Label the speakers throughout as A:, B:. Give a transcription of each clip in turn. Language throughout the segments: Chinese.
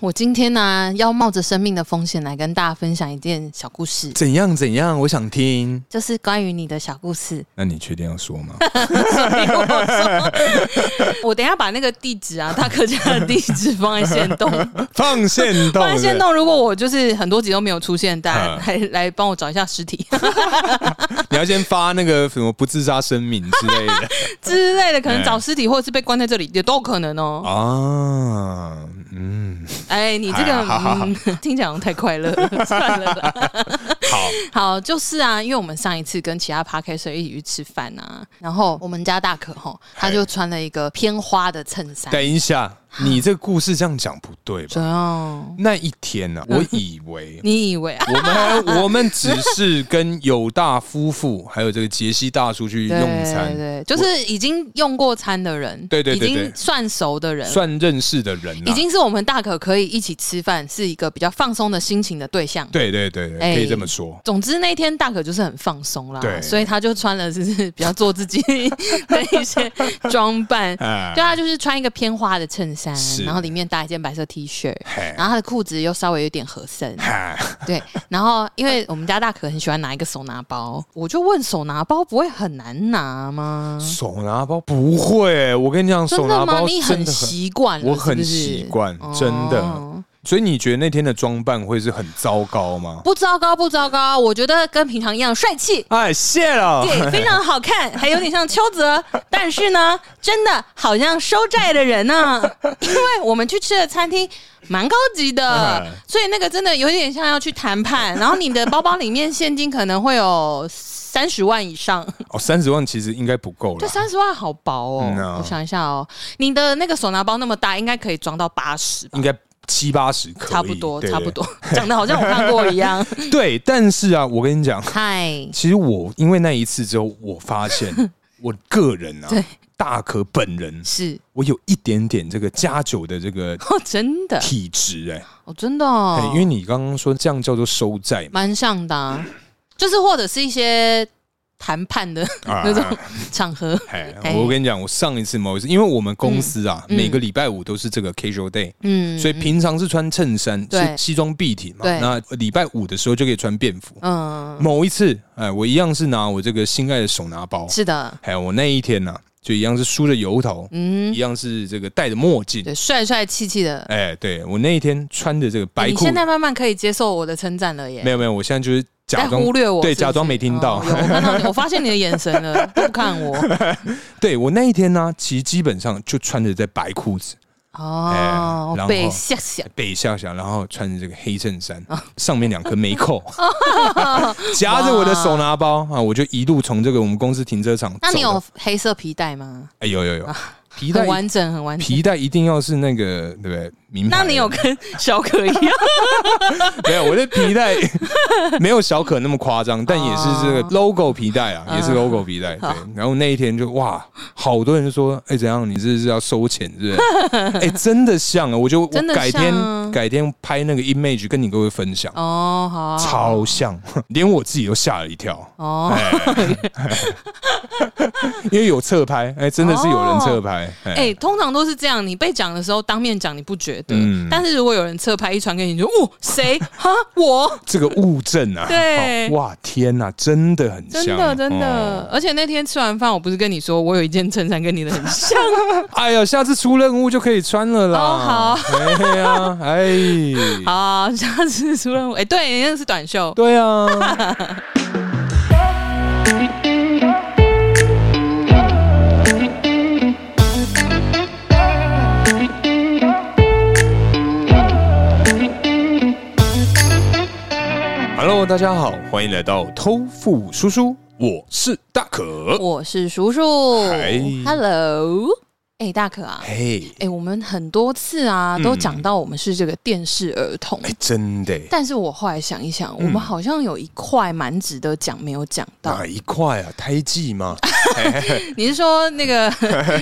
A: 我今天呢、要冒着生命的风险来跟大家分享一件小故事，
B: 怎样怎样？我想听。
A: 就是关于你的小故事。
B: 那你确定要说吗？
A: 我等一下把那个地址啊，大客家的地址放在线 动，
B: 放线动，
A: 放在线动。如果我就是很多集都没有出现，大家
B: 嗯
A: 来来帮我找一下尸体
B: 对不对你要先发那个什么不自杀声明之类的
A: 之类的，可能
B: 嗯
A: 找尸体或者是被关在这里也都有可能哦。
B: 啊。嗯，
A: 哎，你这个
B: 好好好
A: 嗯， 听起来好像太快乐 了，算了啦。
B: 好，
A: 好，就是啊，因为我们上一次跟其他 p a r k e r 一起去吃饭啊，然后我们家大可吼，他就穿了一个偏花的衬衫。
B: 等一下，你这个故事这样讲不对 吧？
A: 怎样？
B: 那一天呢、我以 为
A: 哦你以为啊？
B: 我们我们只是跟友大夫妇还有这个杰西大叔去
A: 对
B: 用
A: 对
B: 餐，
A: 对，就是已经用过餐的人，
B: 对对对
A: 已
B: 对
A: 经算熟的人，
B: 算认识的人、啊，
A: 已经是我们大可可以一起吃饭，是一个比较放松的心情的对象。
B: 对对对对，
A: 哎
B: 可以这么说。
A: 总之那天大可就是很放松啦，
B: 对
A: 所以他就穿了就是比较做自己的一些装 扮，
B: 啊
A: 对，他就是穿一个偏花的衬衫，
B: 是
A: 然后里面搭一件白色 T 恤，
B: 嘿，
A: 然后他的裤子又稍微有点合身
B: 哈
A: 对。然后因为我们家大可很喜欢拿一个手拿包，我就问手拿包不会很难拿吗？
B: 手拿包不会，我跟你讲，手
A: 嗯真
B: 拿
A: 的吗？
B: 包
A: 你
B: 真
A: 很
B: 的很，
A: 习惯了，
B: 我
A: 是不
B: 很
A: 是
B: 习惯，真的。
A: 哦
B: 所以你觉得那天的装扮会是很糟糕吗？
A: 不糟糕，不糟糕，我觉得跟平常一样帅气。
B: 哎，谢了。
A: 对，非常好看，还有点像邱 泽，但是呢，真的好像收债的人 呢、因为我们去吃的餐厅蛮高级的
B: 嗯，
A: 所以那个真的有点像要去谈判，然后你的包包里面现金可能会有三十万以上，
B: 哦，三十万其实应该不够
A: 这
B: 了。
A: 三十万好薄哦，
B: 嗯啊
A: 我想一下哦，你的那个手拿包那么大，应该可以装到八十吧
B: 应。该七八十可以，
A: 差不多，
B: 嗯对
A: 差不。多，讲的好像我看过一 样。
B: 对对，但是啊，我跟你讲，
A: 嗨，
B: 其实我因为那一次之后，我发 现我个人啊
A: 对，
B: 大可本人，
A: 是
B: 我有一点点这个加酒的这个
A: 哦，真的，
B: 体质哎、
A: 哦，真的、哦
B: 哎，因为你刚刚说这样叫做收债嘛，
A: 蛮像的、啊，就是或者是一些谈判的
B: 啊
A: 那种场合。
B: 哎
A: 哎，
B: 我跟你讲，我上一次某一次，因为我们公司啊，
A: 嗯嗯
B: 每个礼拜五都是这个 casual day，、
A: 嗯，
B: 所以平常是穿衬衫，
A: 对
B: 是西装笔挺嘛。
A: 对
B: 那礼拜五的时候就可以穿便服。
A: 嗯，
B: 某一次，哎，我一样是拿我这个心爱的手拿包，
A: 是的，
B: 哎，我那一天呢、就一样是梳着油头，
A: 嗯
B: 一，样是这个戴着墨镜。
A: 对，帅帅气气的。欸
B: 哎，对我那一天穿着这个白
A: 哎你
B: 裤，
A: 现在慢慢可以接受我的称赞了耶
B: 没，有没有，我现在就是假
A: 在
B: 装
A: 忽略我，
B: 对
A: 是不是
B: 假装没听到
A: 哦有我看到你，我发现你的眼神 了，都不看我。
B: 对我那一天呢、其实基本上就穿着在白裤子。哎
A: 哦
B: 然，后
A: 被吓吓。
B: 北下下，然后穿着这个黑衬衫，
A: 哦
B: 上面两颗 没扣，夹着我的手拿包啊，我就一路从这个我们公司停车场走。
A: 那你有？黑色皮带吗？
B: 哎，有有有，皮带
A: 很完整，很完整。
B: 皮带一定要是那个对不对？名牌的。
A: 那你有跟小可一样？
B: 没有？我的皮 带没有小可那么夸张，但也是这个
A: 哦
B: logo 皮带啊，
A: 嗯
B: 也是 logo 皮带。对
A: 好，
B: 然后那一天就哇，好多人就说，哎，怎样？你这是要收钱是不 是？哎，真的像啊！我就我
A: 真的
B: 改天
A: 像啊
B: 改天拍那个 image 跟你各位分享。
A: 哦，好啊，好啊
B: 超像， 连我自己都吓了一跳，
A: 哦，
B: 因为有侧拍，哎、真的是有人侧拍，哎、
A: 哎、通常都是这样，你被讲的时候当面讲你不觉得，
B: 嗯
A: 但是如果有人侧拍一传给你，你就哦谁哈我，
B: 这个物证啊，
A: 对
B: 哦哇，天哪、真的 很像，
A: 真的真的，
B: 哦
A: 而且那天吃完饭，我不是跟你说我有一件衬衫跟你的很 像，
B: 哎呀，下次出任务就可以穿了啦，
A: 哦
B: 哎呀，哎，
A: 好、下次出任务，哎、对，那是短袖，
B: 对啊，Hello，大家好，欢迎来到偷富叔叔，我是大可。
A: 我是叔叔
B: 嗨
A: ，Hello，哎、大可啊，哎、
B: 嘿，
A: 我们很多次啊
B: 嗯
A: 都讲到我们是这个电视儿童。
B: 哎，真的耶，
A: 但是我后来想一想，我
B: 嗯
A: 们好像有一块蛮值得讲，没有讲到。
B: 哪一块啊？胎 记吗？
A: 你是说那 个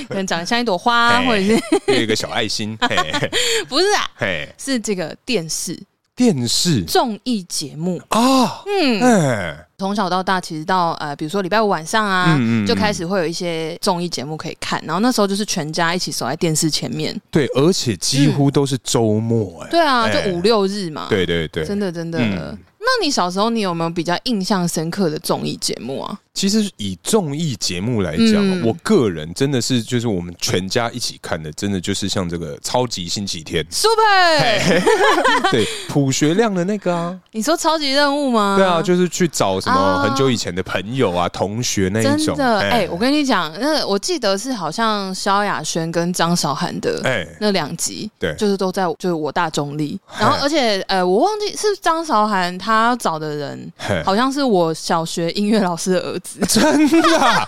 A: 可能长得像一朵花，
B: 嘿
A: 或者是
B: 有一个小爱心，嘿
A: 不是啊？
B: 嘿，
A: 是这个电视
B: 电视
A: 综艺节目。
B: 啊，
A: 嗯，
B: 哎，
A: 从小到大，其实到呃，比如说礼拜五晚上啊，
B: 嗯嗯嗯
A: 就开始会有一些综艺节目可以看，然后那时候就是全家一起守在电视前面。
B: 对，而且几乎都是周末，哎，
A: 嗯对啊，就
B: 哎
A: 五六日嘛。，
B: 对对对，
A: 真的真的。
B: 嗯
A: 那你小时候，你有没有比较印象深刻的综艺节目啊？
B: 其实以综艺节目来讲，
A: 嗯
B: 我个人真的是就是我们全家一起看的，真的就是像这个《超级星 期天》
A: Super，
B: 对朴学亮的那个啊，
A: 你说超级任务吗？
B: 对啊，就是去找什么
A: 啊
B: 很久以前的朋友啊、同学那一
A: 真
B: 种。
A: 的哎、我跟你讲，那个我记得是好像萧亚轩跟张韶涵的
B: 哎
A: 那两集，
B: 对
A: 就是都在就是我大中 立。然后
B: 哎
A: 而且呃，我忘记是张韶涵她找的人，
B: 哎嘿
A: 好像是我小学音乐老师的儿子。
B: 真的啊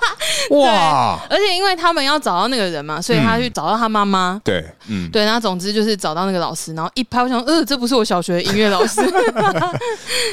B: 哇，
A: 而且因为他们要找到那个人嘛，所以他去找到他妈妈。
B: 对，嗯，
A: 对，然后总之就是找到那个老师，然后一拍，我想，呃，这不是我小学的音乐老 师，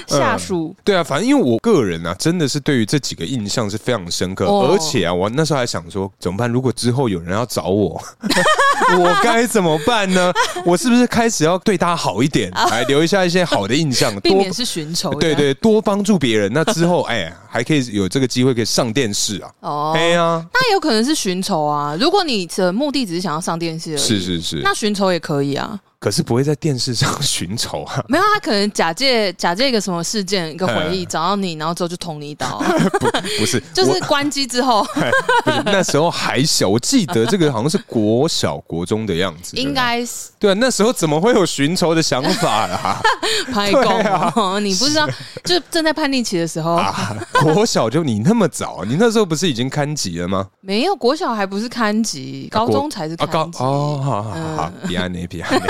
A: 下属，
B: 对啊，反正因为我个人啊，真的是对于这几个印象是非常深刻，
A: 哦
B: 而且啊，我那时候还想说，怎么办？如果之后有人要找我， 我该怎么办呢？我是不是开始要对他好 一点，来留下一些好的印象，
A: 避
B: 多
A: 免是寻仇。
B: 对，对多 帮助别人？那之后 哎，还可以有这个机会可以上电视啊！
A: 哦，
B: 哎呀，
A: 那有可能是寻仇啊。如果你的目的只是想要上电视而已，
B: 是是是，
A: 那寻仇也可以啊。
B: 可是不会在电视上寻 仇啊，
A: 没有，他可能假借假借一个什么事件、一个回忆，
B: 嗯
A: 找到你，然后之后就捅你一刀 啊，
B: 不是，
A: 就是
B: 我
A: 关机之 后
B: 不是那时候还小，我记得这个好像是国小国中的样子，对不
A: 应
B: 对
A: 该是
B: 对啊，那时候怎么会有寻仇的想法啊啦？
A: 拍供哦。 你不知道，就正在叛逆期的时候，
B: 啊， 国小就你那么早，你那时候不是已经看级了吗？
A: 没有国小还不是看级，高中才是
B: 啊
A: 看
B: 高
A: 级，嗯
B: 哦，好好好好，比安内比安内，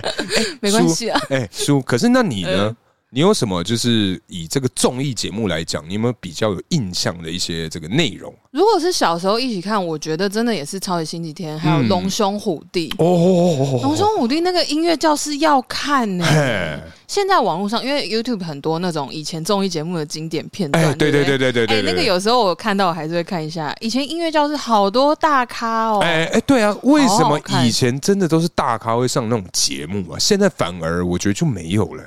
A: 没关系啊。
B: 哎，叔，可是那你呢
A: 嗯？
B: 你有什么就是以这个综艺节目来讲，你有没有比较有印象的一些这个内容？
A: 如果是小时候一起看，我觉得真的也是《超级星期天》，还有
B: 嗯
A: 《龙兄虎弟》
B: 哦哦
A: 龙兄虎弟》那个音乐教室要看 呢、
B: 嘿，
A: 现在网络上，因为 YouTube 很多那种以前综艺节目的经典片段，
B: 哎，对对
A: 不
B: 对对对
A: 哎、
B: 对，
A: 那个
B: 对。
A: 有时候我看到我还是会看一下。以前音乐教室好多大咖哦，
B: 哎哎，对啊，为什
A: 好
B: 么
A: 好看
B: 以前真的都是大咖会上那种节目啊？现在反而我觉得就没有了。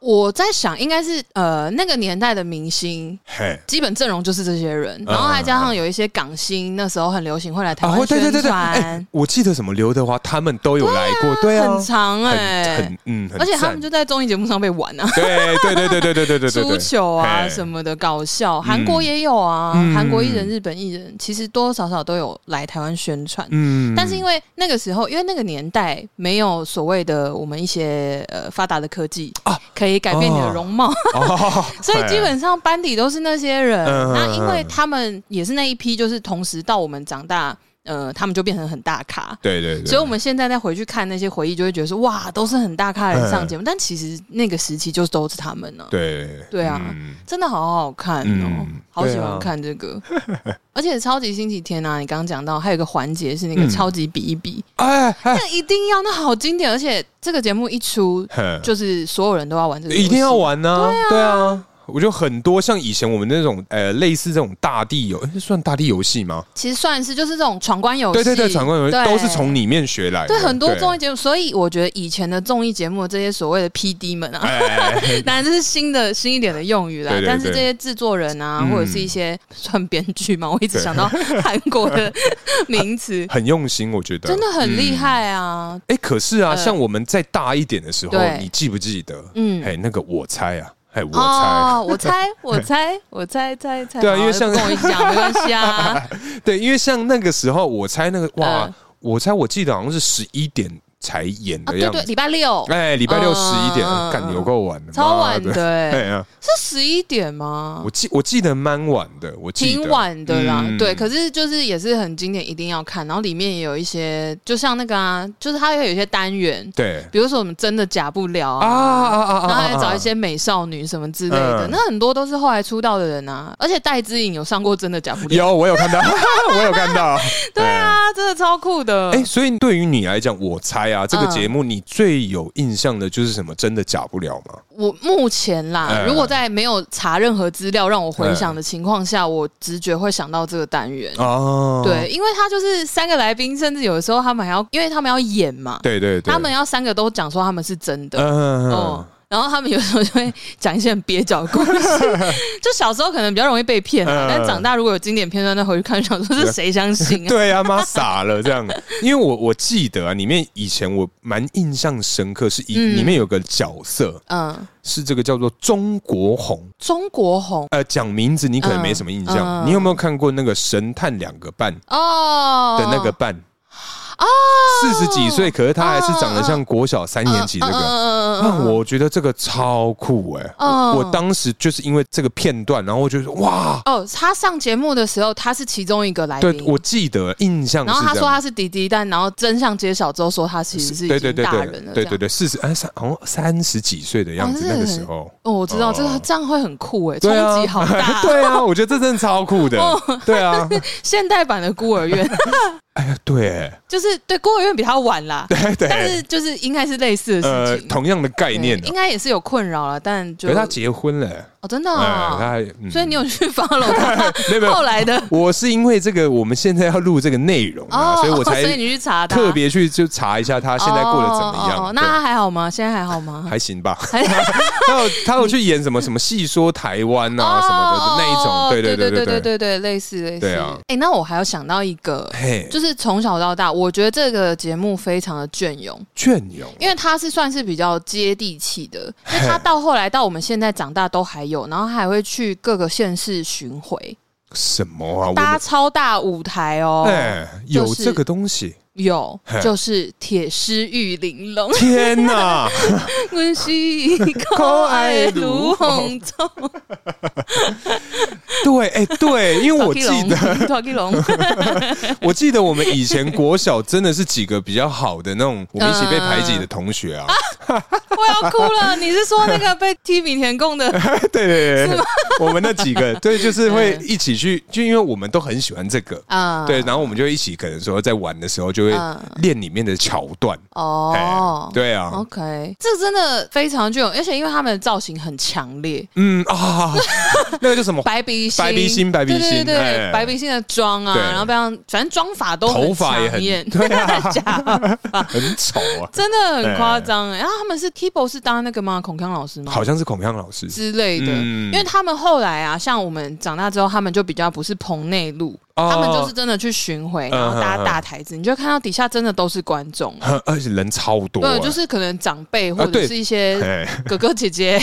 A: 我在想应该是呃那个年代的明星。
B: 嘿，
A: 基本阵容就是这些人，
B: 嗯
A: 然后还加上有一些港星，那时候很流行会来台
B: 啊，
A: 湾
B: 对对
A: 宣
B: 对对，哎、
A: 传，
B: 我记得什么刘德华他们都有来过，对啊，
A: 很长
B: 很
A: 哎，
B: 很嗯，很
A: 而且他
B: 赞
A: 们就在综艺节目上被玩啊，
B: 对对对对对对对 对对
A: 出
B: 对，
A: 糗啊
B: 嘿
A: 什么的，搞笑。韩国也有啊，
B: 嗯
A: 韩国艺人、日本艺人其实多多少少都有来台湾宣传，
B: 嗯
A: 但是因
B: 为
A: 为那个时候，因为那个年代没有所谓的我们一些呃发达的科技
B: 啊
A: 可以改变你的容貌，，
B: 哦
A: 所以基本上班底都是那些人。
B: 嗯
A: 那
B: 嗯
A: 因为
B: 嗯
A: 他们也是那一批，就是同时到我们长大，呃，他们就变成很大咖。
B: 对对对，
A: 所以，我们现在再回去看那些回忆，就会觉得说，哇，都是很大咖的人
B: 哎
A: 上节目，但其实那个时期就都是他们呢、
B: 对
A: 对啊
B: 嗯
A: 真的好好看哦，
B: 嗯
A: 好喜
B: 对
A: 欢
B: 啊
A: 看这 个。而且超级星期天啊，你刚刚讲到还有一个环节是那个
B: 嗯
A: 超级比一比，
B: 哎哎
A: 那一定要，那好经典，而且这个节目一出，
B: 嘿，
A: 就是所有人都要玩这个，
B: 哎一定要。玩呢、对啊。我觉得很多像以前我们那种呃，类似这种大地游，诶算大地游戏吗？
A: 其实算是就是这种闯关游戏，
B: 对对对，闯关游戏
A: 对
B: 都是从里面学来的。
A: 对很多综艺
B: 艺，
A: 节目，所以我觉得以前的综艺节目这些所谓的 P D 们啊。
B: 哎哎哎
A: 当然这是新的新一点的用语啦，
B: 对对对
A: 但是这些制作人啊，
B: 嗯
A: 或者是一些算编剧嘛，我一直想到韩国的
B: 嗯
A: 名 词，
B: 很用心，我觉 得
A: 真的很厉害啊！
B: 哎、可是啊，
A: 呃
B: 像我们再大一点的时候，
A: 对
B: 你记不记得？
A: 嗯
B: 嗯，哎，那个我猜啊，哎，我猜，
A: 哦，我猜，我猜，我猜，猜猜，
B: 对啊
A: 好
B: 因为像
A: 不跟我一起讲没关系 啊，
B: 对，因为像那个时候，我猜那个哇，
A: 嗯
B: 我猜我记得好像是十一点才演
A: 啊，
B: 的
A: 对
B: 样
A: 对，
B: 子。
A: 礼拜六
B: 哎，礼拜六
A: 嗯
B: 十一点
A: 嗯，
B: 干
A: 嗯
B: 有够晚的，
A: 超
B: 妈
A: 晚的、欸，
B: 哎呀，
A: 是十一点吗
B: 我？记我记得蛮晚的，我记得
A: 挺晚的啦，
B: 嗯
A: 对，可是就是也是很经典，一定要看。然后里面也有一些，就像那个啊，就是它会有一些单元，
B: 对
A: 比如说我们真的假不了
B: 啊
A: 啊。
B: 啊啊啊！
A: 然后
B: 啊
A: 还找一些美少女什么之类的，
B: 嗯
A: 那很多都是后来出道的人啊。而且戴之颖有上过《真的假不了》，
B: 有我有看到， 我有看到，
A: 对啊，真的超酷的。
B: 哎。哎，所以对于你来讲，我猜啊，这个
A: 嗯
B: 节目你最有印象的就是什么？真的假不了吗？
A: 我目前啦，
B: 嗯
A: 如果在没有查任何资料让我回想的情况下，我直觉会想到这个单元。
B: 哦，
A: 对，因为他就是三个来宾，甚至有的时候他们还要，因为他们要演嘛，
B: 对对对，
A: 他们要三个都讲说他们是真的，
B: 嗯嗯嗯
A: 哦，然后他们有时候就会讲一些很蹩脚的故 事，就小时候可能比较容易被骗啊，
B: 嗯
A: 但长大如果有经典片段再回去看，想说是谁相信啊？
B: 对啊，妈傻了这样。因为我我记得啊，里面以前我蛮印象深刻，是一、
A: 嗯
B: 里面有个角色
A: 嗯，
B: 是这个叫做钟国红。
A: 中国红
B: 呃，讲名字你可能没什么印象，
A: 嗯嗯
B: 你有没有看过那个《神探两个半》
A: 哦
B: 的那个半？
A: 哦，
B: 四十几岁，可是他还是长得像国小三年级这
A: 嗯
B: 个。
A: 嗯嗯
B: 那我觉得这个超酷哎、
A: 嗯
B: 我我当时就是因为这个片段，然后我就说哇，
A: 哦，他上节目的时候，他是其中一个来宾。
B: 对我记得印象
A: 然后
B: 是
A: 他
B: 这
A: 说
B: 样。
A: 他是弟弟，但然后真相揭晓之后，说他其实是已
B: 对对
A: 经
B: 对
A: 大
B: 对
A: 人了。
B: 对
A: 这
B: 对
A: 样
B: 对，四十哎三好像三十几岁的样子
A: 哦，是
B: 那个时候，
A: 哦，我知道，这
B: 哦
A: 这样会很酷哎，冲
B: 对啊。
A: 击好大哦
B: 对啊，我觉得这真的超酷的，对 啊，
A: 现代版的孤儿院
B: 哎呀，对哎，
A: 就是对孤儿院比他晚啦，
B: 对
A: 但
B: 对，
A: 是就是应该是类似的
B: 呃
A: 事，情。
B: 同样的概
A: 对
B: 念的
A: 应，该也是有困扰了，但
B: 可
A: 就是
B: 他结婚了，哎，
A: 哦，真的
B: 他
A: 啊，
B: 还，嗯
A: 所以你有去 follow 他
B: 没有没有
A: 后来的
B: 我是因为这个，我们现在要录这个内容啊，
A: 哦，
B: 所以我才
A: 所以你去查他
B: 特别去就查一下他现在过得怎么
A: 哦哦哦
B: 样。
A: 那
B: 对
A: 他还好吗？现在还好吗？
B: 还行吧？
A: 还
B: 他有他有去演什么什么戏说台湾啊什么的那一种，对
A: 对
B: 对
A: 哦对
B: 对对，
A: 对对，类似类似。
B: 对啊
A: 哎，那我还有想到一个，
B: 嘿，
A: 就是从小到大，我觉得这个节目非常的隽永，
B: 隽永，
A: 因为它是算是比较接地气 的，因为它到后来到我们现在长大都还有，然后还会去各个县市巡回，
B: 什么啊？我
A: 搭
B: 们
A: 超大舞台哦，
B: 哎，有
A: 就是
B: 这个东西，
A: 有
B: 嘿
A: 就是铁狮玉玲珑，
B: 天 哪！
A: 温煦可爱如红中，
B: 对，哎， 对，因 为我记得，
A: 得托基龙，
B: 我记得我们以前国小真的是几个比较好的 那种，我们一起被排挤的同学啊，
A: 我要哭了。你是说那个被踢米田共 的？
B: 对对对对， 我们那几个，对，就是会一起去，就因为我们都很喜欢这个。
A: 嗯啊，
B: 对，，然后我们就一起，可能说在玩的时候就会
A: 嗯
B: 练里面的桥段。
A: 哦
B: 哎，对啊，
A: OK，这真的非常具有，而且因为他们的造型很强烈，
B: 嗯啊， 那个叫什么？
A: 白鼻心、
B: 白鼻心白鼻
A: 对
B: 心
A: 对对，
B: 哎
A: 白鼻心的妆啊，
B: 对
A: 然后非常，反正妆法都
B: 头发也
A: 抢
B: 很
A: 眼，
B: 对啊
A: 假
B: 很丑啊，
A: 真的很夸张哎。然后他们是 Kibo 是当那个吗？孔康老师吗？
B: 好像是孔锵老师。
A: 之类的，
B: 嗯
A: 因为他们后来啊，像我们长大之后，他们就比较不是棚内路，
B: 哦嗯
A: 他们就是真的去巡回，然后搭大台子，你就会看到底下真的都是观众。
B: 呵 而且人超多啊，
A: 对，就是可能长辈或
B: 啊
A: 者
B: 对
A: 是一 些
B: 哎
A: 哥哥姐姐、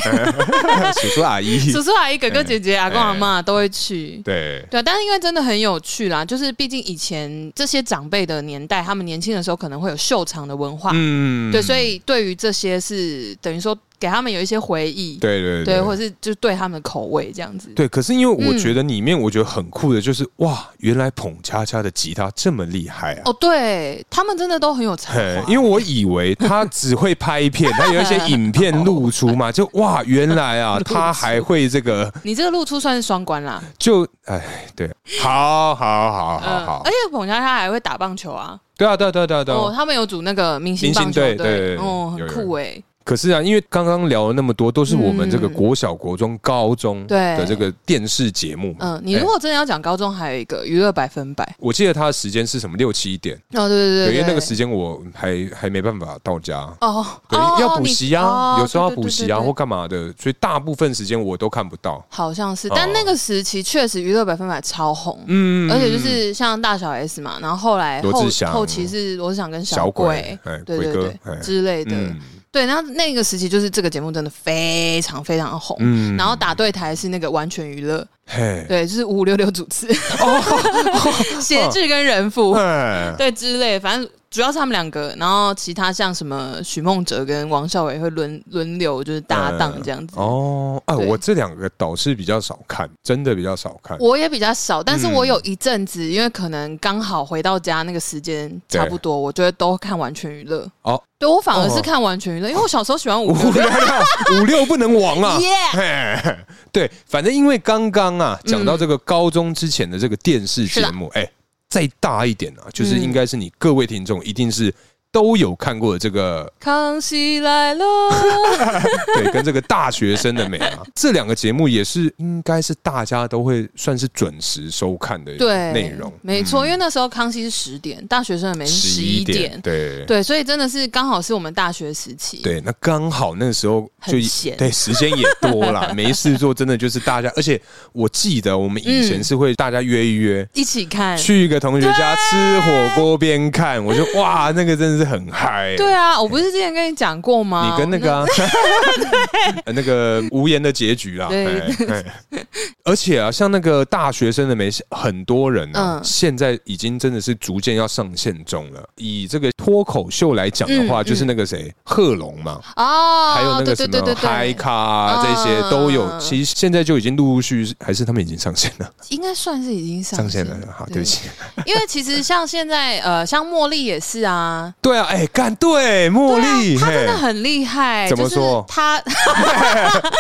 B: 叔叔阿 姨
A: 叔，叔阿姨、哥哥姐姐、阿公阿
B: 哎
A: 妈都会去。
B: 对，
A: 对，啊但是因为真的很有趣啦，就是毕竟以前这些长辈的年代，他们年轻的时候可能会有秀场的文化，
B: 嗯
A: 对，所以对于这些是等于说给他们有一些回忆，
B: 对对
A: 对，
B: 对
A: 或者嗯是就对他们的口味这样子。
B: 对，可是因为我觉得里面我觉得很酷的，就是哇，原来捧恰恰的吉他这么厉害啊！
A: 哦，对他们真的都很有才
B: 嘿
A: 华，
B: 因为我以为他只会拍片，他有一些影片露出嘛，就哇，原来 啊，他还会这个，
A: 你这个露出算是双关啦，
B: 就哎，对，好好好好
A: 嗯，
B: 好
A: 而，且彭佳他还会打棒球啊，
B: 对啊，对啊，对啊，对啊，对
A: 哦，
B: 啊。
A: 他们有组那个明星
B: 明星
A: 棒球
B: 队对对
A: 队，
B: 对
A: 哦，
B: 有
A: 很
B: 有
A: 酷哎，
B: 可是啊，因为刚刚聊了那么多，都是我们这个
A: 嗯
B: 国小、国中、高中
A: 对
B: 的这个电视节目嘛。哎
A: 嗯，你如果真的要讲高中，还有一个娱乐百分百，
B: 我记得他的时间是什么六七点，
A: 哦，对对
B: 对，因
A: 对，
B: 为那个
A: 对
B: 时间我还还没办法到家。
A: 哦，
B: 对，
A: 哦
B: 要补习啊，有时候要补习啊，。
A: 你哦对对对对
B: 或
A: 对对
B: 干嘛的，所以大部分时间我都看不到。
A: 好像是，
B: 哦
A: 但那个时期确实娱乐百分百超红，
B: 嗯
A: 而且就是像大小 S 嘛，然后后来
B: 罗
A: 后
B: 志祥
A: 后期是罗志祥跟
B: 小
A: 鬼
B: 鬼，，哎，
A: 对
B: 鬼
A: 对
B: 哥
A: 对，
B: 哎，
A: 之类的，
B: 嗯
A: 对，然后那个时期就是这个节目真的非常非常红。
B: 嗯
A: 然后打对台是那个完全娱乐，
B: 嘿，
A: 对，就是五五六六主持，
B: 哦
A: 协志跟人父，
B: 哎，
A: 对之类，反正主要是他们两个，然后其他像什么许梦哲跟王孝伟会轮轮流就是搭档这样子。
B: 嗯哦，哎，
A: 对
B: 我这两个导师比较少看，真的比较 少看。
A: 我也比较少，但是
B: 嗯
A: 我有一阵子，因为可能刚好回到家那个时间差不多，我就会都看完全娱乐。
B: 哦，
A: 对我反而是
B: 哦
A: 看完全娱乐，因为我小时候喜 欢五
B: 五
A: 五六
B: 六五六不能 亡啊！
A: 耶，
B: 嘿，对，反正因为刚刚啊
A: 嗯
B: 讲到这个高中之前的
A: 嗯
B: 这个电视节目，哎，再大一点啊，就是应该是你各位听众一定是都有看过的这个
A: 康熙来 了，
B: 对，跟这个大学生的美啊，这两个节目也是应该是大家都会算是准时收看的
A: 对，
B: 内容，嗯
A: 没错，因为那时候康熙是十点，大学生的美是十
B: 一
A: 点，
B: 对
A: 对，所以真的是刚好是我们大学时期，
B: 对，那刚好那时候就
A: 很闲
B: 对时间也多 啦，没事做，真的就是大家，而且我记得我们
A: 嗯
B: 以前是会大家约一约。
A: 一起看，
B: 去一个同学家吃火锅边看，我就哇，那个真的是很嗨。
A: 对啊，我不是之前跟你讲过吗？
B: 你跟那个、啊、 呃那个无言的结局啦。
A: 对
B: 哎，哎而且啊，像那个大学生的没很多人啊，
A: 嗯
B: 现在已经真的是逐渐要上线中了。以这个脱口秀来讲的话，
A: 嗯嗯
B: 就是那个谁，贺龙嘛。
A: 哦，
B: 还有那个
A: 对
B: 什
A: 对对
B: 么
A: 对
B: 嗨
A: 对，
B: 咖啊这些都有，
A: 嗯
B: 其实现在就已经陆陆续续，还是他们已经上线了，
A: 应该算是已经上
B: 上线
A: 线
B: 了。好，对不，起。
A: 因为其实像现在呃，像茉莉也是啊，
B: 对啊，哎，干对，茉莉，
A: 她真的
B: 嘿，
A: 很厉害，
B: 怎么
A: 就是
B: 说
A: 她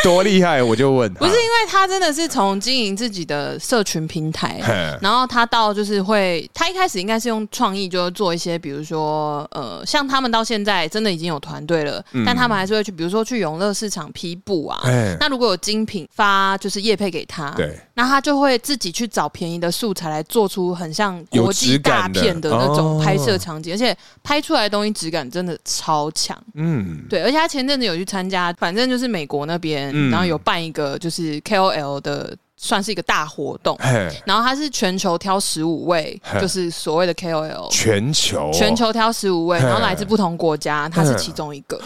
B: 多厉害，我就问他。
A: 不是因为她真的是从经营自己的社群平台。
B: 嘿
A: 然后她到就是会，她一开始应该是用创意，就是做一些，比如说，呃，像他们到现在真的已经有团队了，
B: 嗯
A: 但他们还是会去，比如说去永乐市场批布啊，
B: 哎，
A: 那如果有精品发就是业配给他，
B: 对，
A: 那他就会自己去找便宜的素材来做出很像国
B: 有
A: 际
B: 质
A: 大
B: 感的
A: 片的那种
B: 哦
A: 拍摄场景，而且拍出来的东西质感真的超强。
B: 嗯，
A: 对，而且他前阵子有去参加，反正就是美国那边，
B: 嗯
A: 然后有办一个就是 KOL 的，算是一个大活动。
B: 嘿，
A: 然后他是全球挑十五位
B: 嘿，
A: 就是所谓的 KOL，
B: 全球，
A: 全，球挑十五位，
B: 嘿
A: 然后来自不同国家，他是
B: 嘿
A: 其中一个。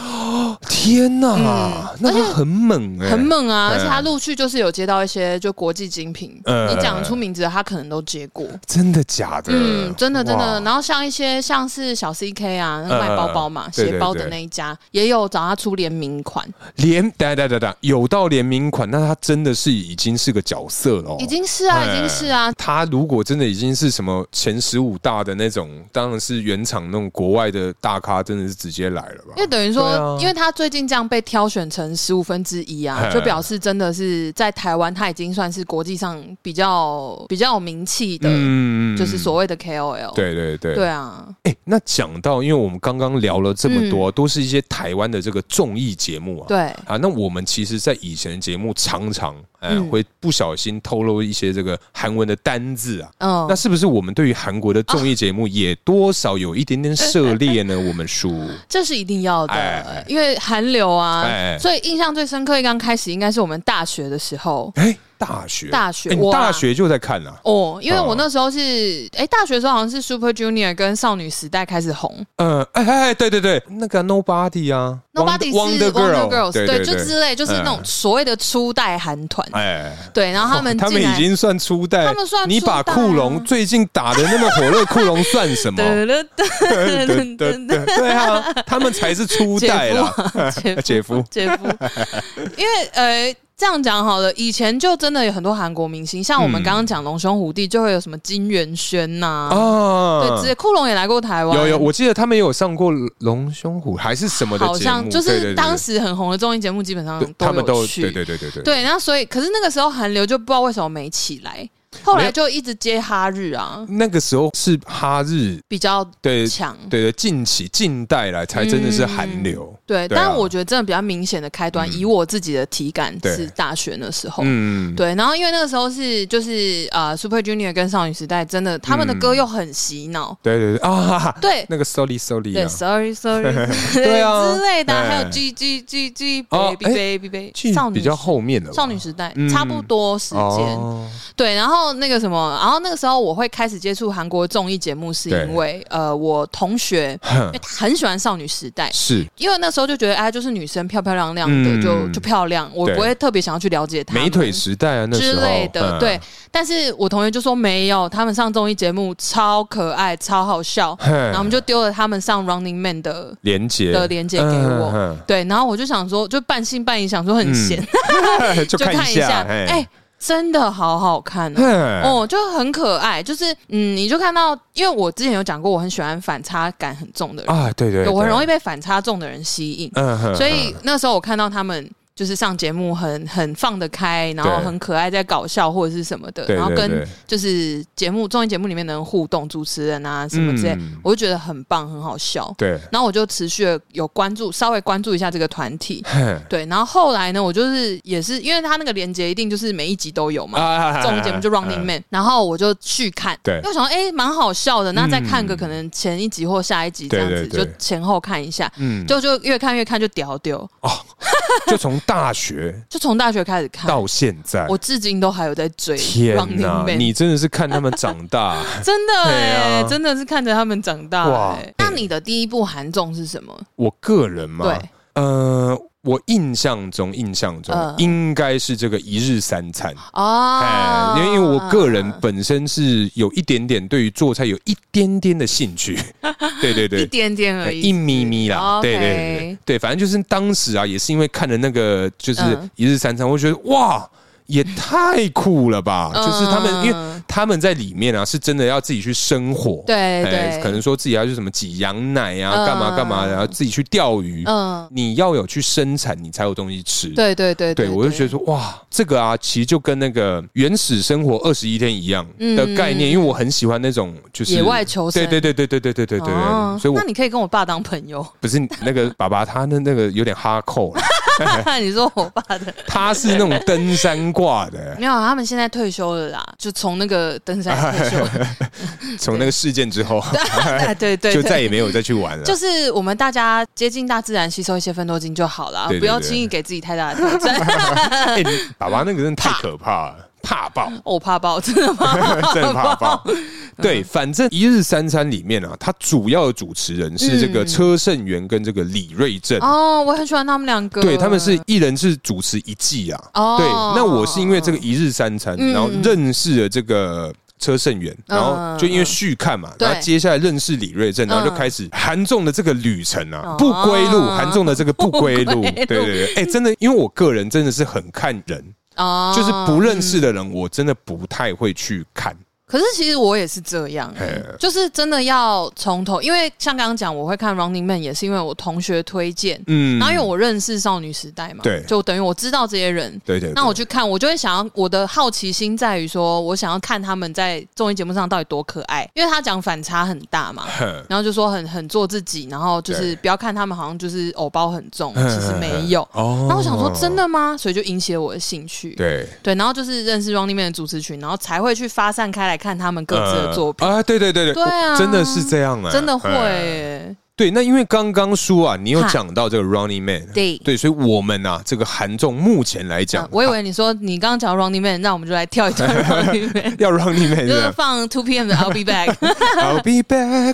B: 天哪，那他很猛哎，
A: 嗯很，猛啊！
B: 哎
A: 而且他陆续就是有接到一些就国际精品，
B: 嗯
A: 你讲出名字的他可能都接过。
B: 真的假的？
A: 嗯，真的真的。
B: 哇，
A: 然后像一些像是小 CK 啊，那个卖包包嘛，
B: 嗯对
A: 鞋包的那一家也有找他出联名款，
B: 联，等一下等一下等一下，有到联名款，那他真的是已经是个角色了哦，
A: 已经是啊，
B: 哎
A: 已经是啊。
B: 他如果真的已经是什么前十五大的那种，当然是原厂那种国外的大咖，真的是直接来了吧
A: 因？为等于说，
B: 对啊
A: 因为他最近这样被挑选成十五分之一啊，
B: 哎
A: 就表示真的是在台湾他已经算是国际上比较比较有名气的，
B: 嗯
A: 就是所谓的 KOL。
B: 对对对。
A: 对啊，
B: 哎、那讲到，因为我们刚刚聊了这么
A: 嗯
B: 多，都是一些台湾的这个综艺节目啊。
A: 对，
B: 啊，那我们其实，在以前的节目常常哎、
A: 嗯
B: 会不小心透露一些这个韩文的单字啊。
A: 嗯
B: 那。是不是我们对于韩国的综艺节目也多少有一点点涉 猎呢？我们叔，
A: 这是一定要的，
B: 哎哎
A: 因为韩流啊，
B: 哎哎
A: 所以印象最深刻，刚开始应该是我们大学的时候
B: 哎、大学，
A: 大学
B: 哎你
A: 我啊
B: 大学就在看啊，
A: 哦，因为
B: 哦
A: 我那时候是哎、大学的时候好像是 Super Junior 跟少女时代开始红
B: 嗯，哎哎哎，对对对，那个 Nobody 啊
A: ，Nobody 是
B: Wonder Girl，
A: Girls，
B: 对
A: 对，
B: 对嗯
A: 就之类，就是那种所谓的初代韩团，
B: 哎，
A: 对，然后他们
B: 他
A: 进
B: 们已
A: 来
B: 经算初代，
A: 他们算初代啊
B: 你把库龙最近打的那么火热，库龙算 什么？
A: 得了得
B: 哦 对对
A: 噔
B: 对
A: 噔
B: 对对啊，他们才是初代啦， 呃
A: 姐夫
B: 姐夫，
A: 姐夫，因为呃。这样讲好了，以前就真的有很多韩国明星，像我们
B: 嗯
A: 刚刚讲龙兄虎弟，就会有什么金元轩呐、对，
B: 啊
A: 直。接库龙也来过台湾，
B: 有有，哦我记得他们也有上过《龙兄虎》还是什么的
A: 好
B: 节
A: 像
B: 目，
A: 就
B: 对对
A: 是
B: 对
A: 当时很红的综艺节目，基本上
B: 对他们
A: 有
B: 都
A: 去。
B: 对对对对对，
A: 对，然后所以，可是那个时候韩流就不知道为什么没起来，后来就一直接哈日啊，
B: 那个时候是哈日
A: 比较
B: 对
A: 强。
B: 对对近期近代来才真的是韩流，
A: 对，
B: 对啊嗯
A: 但我觉得真的比较明显的开端，以我自己的体感
B: 对
A: 是大学那时候。
B: 嗯，
A: 对，然后因为那个时候是就是呃，Super Junior 跟少女时代真的他们的
B: 嗯
A: 歌又很洗脑，
B: 对对对啊，
A: 对
B: 那个 sorry sorry
A: 对
B: 啊，
A: ，Sorry Sorry
B: 对啊
A: 之类的啊，
B: 哎
A: 还有 G G G G
B: 哦
A: Baby
B: 哎
A: Baby Baby
B: 剧
A: 少女
B: 比较后面的
A: 少女时代
B: 嗯
A: 差不多时间，
B: 哦
A: 对，然后那个什么，然后那个时候我会开始接触韩国综艺节目，是因为呃，我同学因为
B: 哼
A: 他很喜欢少女时代，
B: 是
A: 因为那时候就觉得哎，就是女生漂漂亮亮的，
B: 嗯
A: 就就漂亮，我
B: 对
A: 不会特别想要去了解她们
B: 美腿时代啊，那
A: 之
B: 时候
A: 类的，
B: 嗯
A: 对。但是我同学就说没有，他们上综艺节目超可爱、超好 笑，
B: 哼
A: 然后我们就丢了他们上 Running Man 的。
B: 连接
A: 的连接给我，
B: 嗯
A: 对，然后我就想说，就半信半疑，想说很闲，
B: 嗯嗯就
A: 就
B: 看
A: 看一下，
B: 嘿嗯
A: 哎、真的好好看 哦、
B: 哼
A: 哦，就很可爱，就是嗯，你就看到，因为我之前有讲过，我很喜欢反差感很重的人，
B: 啊，对对，
A: 对我很容
B: 易，
A: 易被反差重的人吸引，
B: 嗯哼
A: 所以那时候我看到他们就是上节目很很放得开，然后
B: 对
A: 很可爱，在搞笑或者是什么的，
B: 对
A: 然后
B: 对
A: 跟
B: 对
A: 就是节目综艺节目里面的人互动，主持人啊什么之类，
B: 嗯
A: 我就觉得很棒，很好笑。
B: 对，
A: 然后我就持续地有关注，稍微关注一下这个团体。
B: 嘿
A: 对，然后后来呢，我就是也是因为他那个连接一定就是每一集都有嘛，
B: 啊
A: 综艺节目就 Running Man，、然后我就去看，
B: 对
A: 因为我想说哎，蛮、好笑的，那再看个
B: 嗯
A: 可能前一集或下一集这
B: 对
A: 样子，
B: 对对
A: 就前后看一下，
B: 嗯，就
A: 就就越看越看就屌屌，
B: 就从大学
A: 就从大学开始看，
B: 到现在，
A: 我至今都还有在追
B: 天
A: Running
B: 哪，
A: Man，
B: 你真的是看他们长大，
A: 真的
B: 对
A: 哎、
B: 啊
A: 真的是看着他们长大、
B: 哇
A: 哎那你的第一部韩综是什么？
B: 我个人嘛，
A: 对，
B: 呃，我印象中，印象中、
A: 嗯
B: 应该是这个一日三餐。
A: 哦
B: 哎，，因为因为我个人本身是有一点点对于做菜有一点点的兴 趣，对对
A: 一
B: 对，
A: 点点而
B: 哎
A: 已，
B: 一咪咪啦，
A: OK
B: 对对对对对，反正就是当时啊，也是因为看了那个就是
A: 嗯
B: 一日三餐，我觉得哇，也太酷了吧！
A: 嗯
B: 就是他们因为他们在里面啊，是真的要自己去生活，
A: 对
B: 哎
A: 对，
B: 可能说自己要去什么挤羊奶
A: 嗯
B: 啊，干嘛干嘛，然后自己去钓鱼，
A: 嗯，
B: 你要有去生产，你才有东西吃。
A: 对对对
B: 对，我就觉得说，哇，这个啊，其实就跟那个《原始生活二十一天》一样的概念，因为我很喜欢那种就是
A: 野外求生
B: 对对对对对对对对对
A: 哦
B: 对，所以我
A: 那你可以跟我爸当朋 友，
B: 不是那个爸爸，他那那个有点哈扣，
A: 你说我爸的
B: 他是那种登山挂的，
A: 没有啊，他们现在退休了啦，就从那个登山退 休，
B: 从那个事件之后
A: 对对对，
B: 就再也没有再去玩了。
A: 就是我们大家接近大自然，吸收一些分多精就好了，
B: 对对对
A: 不要轻易给自己太大的 挑战。
B: 哎，你爸爸那个真的太可怕了，怕爆。
A: 我 怕爆，真的吗？
B: 真的怕爆。对，反正一日三餐里面啊，他主要的主持人是这个
A: 嗯
B: 车胜元跟这个李瑞正。
A: 哦，我很喜欢他们两个，
B: 对，他们是一人是主持一季啊。
A: 哦
B: 对，那我是因为这个一日三餐，
A: 嗯
B: 然后认识了这个车胜元，然后就因为续看嘛，然后
A: 对
B: 接下来认识李瑞正，然后就
A: 嗯
B: 开始韩综的这个旅程
A: 哦，
B: 啊不归路，韩综的这个不归 路。
A: 不归路
B: 对对对，哎，真的，因为我个人真的是很看人，
A: 哦
B: 就是不认识的人，我真的不太会去看。
A: 可是其实我也是这样、欸
B: 嘿
A: 就是真的要从头，因为像刚刚讲，我会看《Running Man》也是因为我同学推荐，
B: 嗯，
A: 然后因为我认识少女时代嘛，
B: 对
A: 就等于我知道这些人。
B: 对对，对
A: 那我去看，我就会想要我的好奇心在于说，我想要看他们在综艺节目上到底多可爱，因为他讲反差很大嘛，
B: 哼
A: 然后就说很很做自己，然后就是
B: 对
A: 不要看他们好像就是偶包很重，其实没有。
B: 哦
A: 然后我想说真的吗？所以就引起了我的兴趣。
B: 对
A: 对，然后就是认识 Running Man 的主持群，然后才会去发散开来看他们各自的作品。
B: 呃啊，对对对对，
A: 对啊
B: 真的是这样啊，
A: 真的会、
B: 哎
A: 欸，
B: 对，那因为刚刚说啊，你有
A: 哈
B: 讲到这个 Running Man，
A: 对
B: 对，所以我们啊，这个韩综目前来讲
A: 啊，我以为你说你刚刚讲 Running Man，那我们就来跳一段 Running Man，
B: 要 Running Man
A: 就是
B: 是吧
A: 放 Two PM 的 I'll Be Back，
B: ，I'll be back。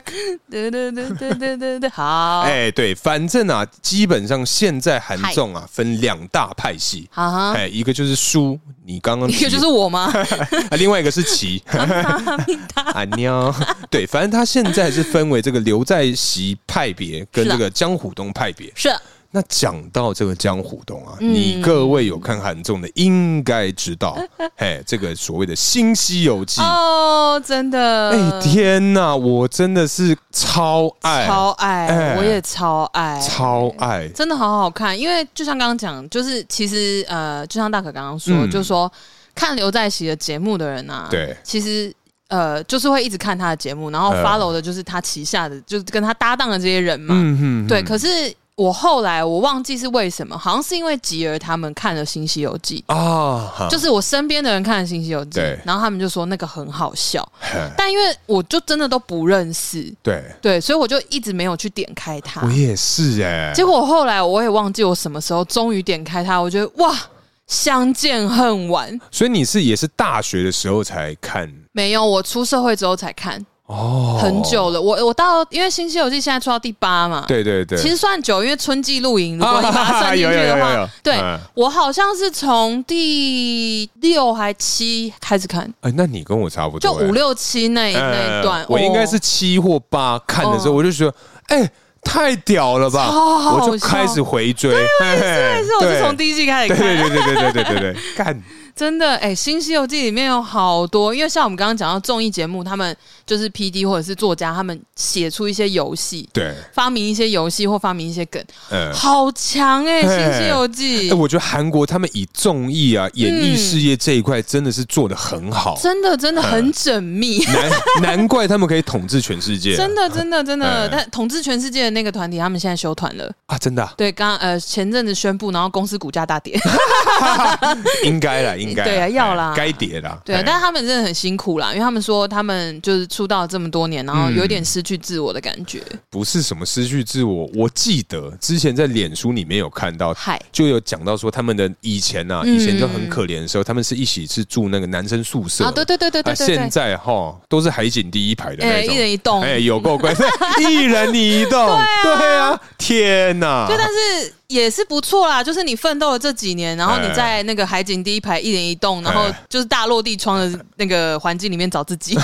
A: 对对对对对对对， 好，
B: 哎，对，反正啊，基本上现在韩综啊分两大派系。
A: 好哈，
B: 哎，一个就是输，你刚
A: 啊
B: 刚
A: 一个
B: 提
A: 就是我吗？
B: 啊，另外一个是 齐， 啊妞，对，反正他现在是分为这个刘在熙派别跟
A: 是啊
B: 这个江虎东派别。
A: 是
B: 那讲到这个江虎东啊，
A: 嗯
B: 你各位有看韩综的应该 知道，哎，这个所谓的新《西游记》
A: 哦，真的，
B: 哎、天呐，我真的是超爱，
A: 超爱，
B: 哎
A: 我也超爱，
B: 超爱，
A: 真的好好看，因为就像刚刚讲，就是其实呃，就像大可刚刚说，
B: 嗯
A: 就说看刘在熙的节目的人啊，
B: 对
A: 其实。呃，就是会一直看他的节目，然后
B: 呃
A: follow 的就是他旗下的，就是跟他搭档的这些人嘛。
B: 嗯哼，
A: 对，
B: 哼
A: 可是我后来我忘记是为什么，好像是因为吉儿他们看了《新西游记》
B: 啊，哈
A: 就是我身边的人看了《新西游记》
B: 对，
A: 然后他们就说那个很好笑，
B: 嘿
A: 但因为我就真的都不认识，
B: 对，
A: 对，所以我就一直没有去点开它。
B: 我也是哎、
A: 结果后来我也忘记我什么时候终于点开它，我觉得哇，相见恨晚。
B: 所以你是也是大学的时候才看
A: 没有，我出社会之后才看，
B: 哦，
A: 很，久了。我我到因为《新西游记》现在出到第八嘛，，
B: 对对对，
A: 其实算久，因为春季露营，如 果你把它算进去的
B: 有有有有
A: 话
B: 有，
A: 对
B: 嗯
A: 我好像是从第六还七开始看，
B: 哎、那你跟我差不
A: 就
B: 多、哎
A: 五六七那一那一段
B: 呃，我应该是
A: 哦
B: 七或八看的时候，
A: 哦
B: 我就觉得，哎、太屌了吧！
A: 超好笑
B: 我就开始回追，对，
A: 但是我是从第一季开始
B: 对
A: 看。
B: 对对对对对对对对，干
A: 真的，哎、新西游记》里面有好多，因为像我们刚刚讲到综艺节目，他们就是 P D 或者是作家，他们写出一些游戏，
B: 对，
A: 发明一些游戏或发明一些梗，
B: 嗯。
A: 好强哎、新西游记
B: 哎》我觉得韩国他们以综艺啊、演艺事业这一块真的是做的很好，
A: 嗯真的真的很缜密。
B: 难难怪他们可以统治全世界，啊
A: 真的，真的，真的
B: 嗯，
A: 但统治全世界的那个团体，他们现在休团了。
B: 啊，真的啊、
A: 对，刚呃前阵子宣布，然后公司股价大 跌。
B: 啊 应该啦，应该啦
A: 对啊要啦
B: 哎该跌啦，
A: 对啊
B: 哎，
A: 但是他们真的很辛苦啦，因为他们说他们就是出道这么多年，然后有点失去自我的感觉。
B: 不是什么失去自我。我记得之前在脸书里面有看到，
A: 嗨，
B: 就有讲到说他们的以前啊，
A: 嗯
B: 以前就很可怜的时候，他们是一起是住那个男生宿舍，
A: 啊，对对对对对
B: 啊
A: 对
B: 现
A: 对，
B: 在哈都是海景第一排的
A: 哎，
B: 那
A: 一
B: 种。
A: 人一栋。
B: 哎，有够贵， 一人你一栋，对啊，天哪！
A: 对，但是也是不错啦，就是你奋斗了这几年，然后你
B: 哎
A: 在那个海景第一排一人一栋，然后
B: 哎
A: 就是大落地窗的那个环境里面找自 己，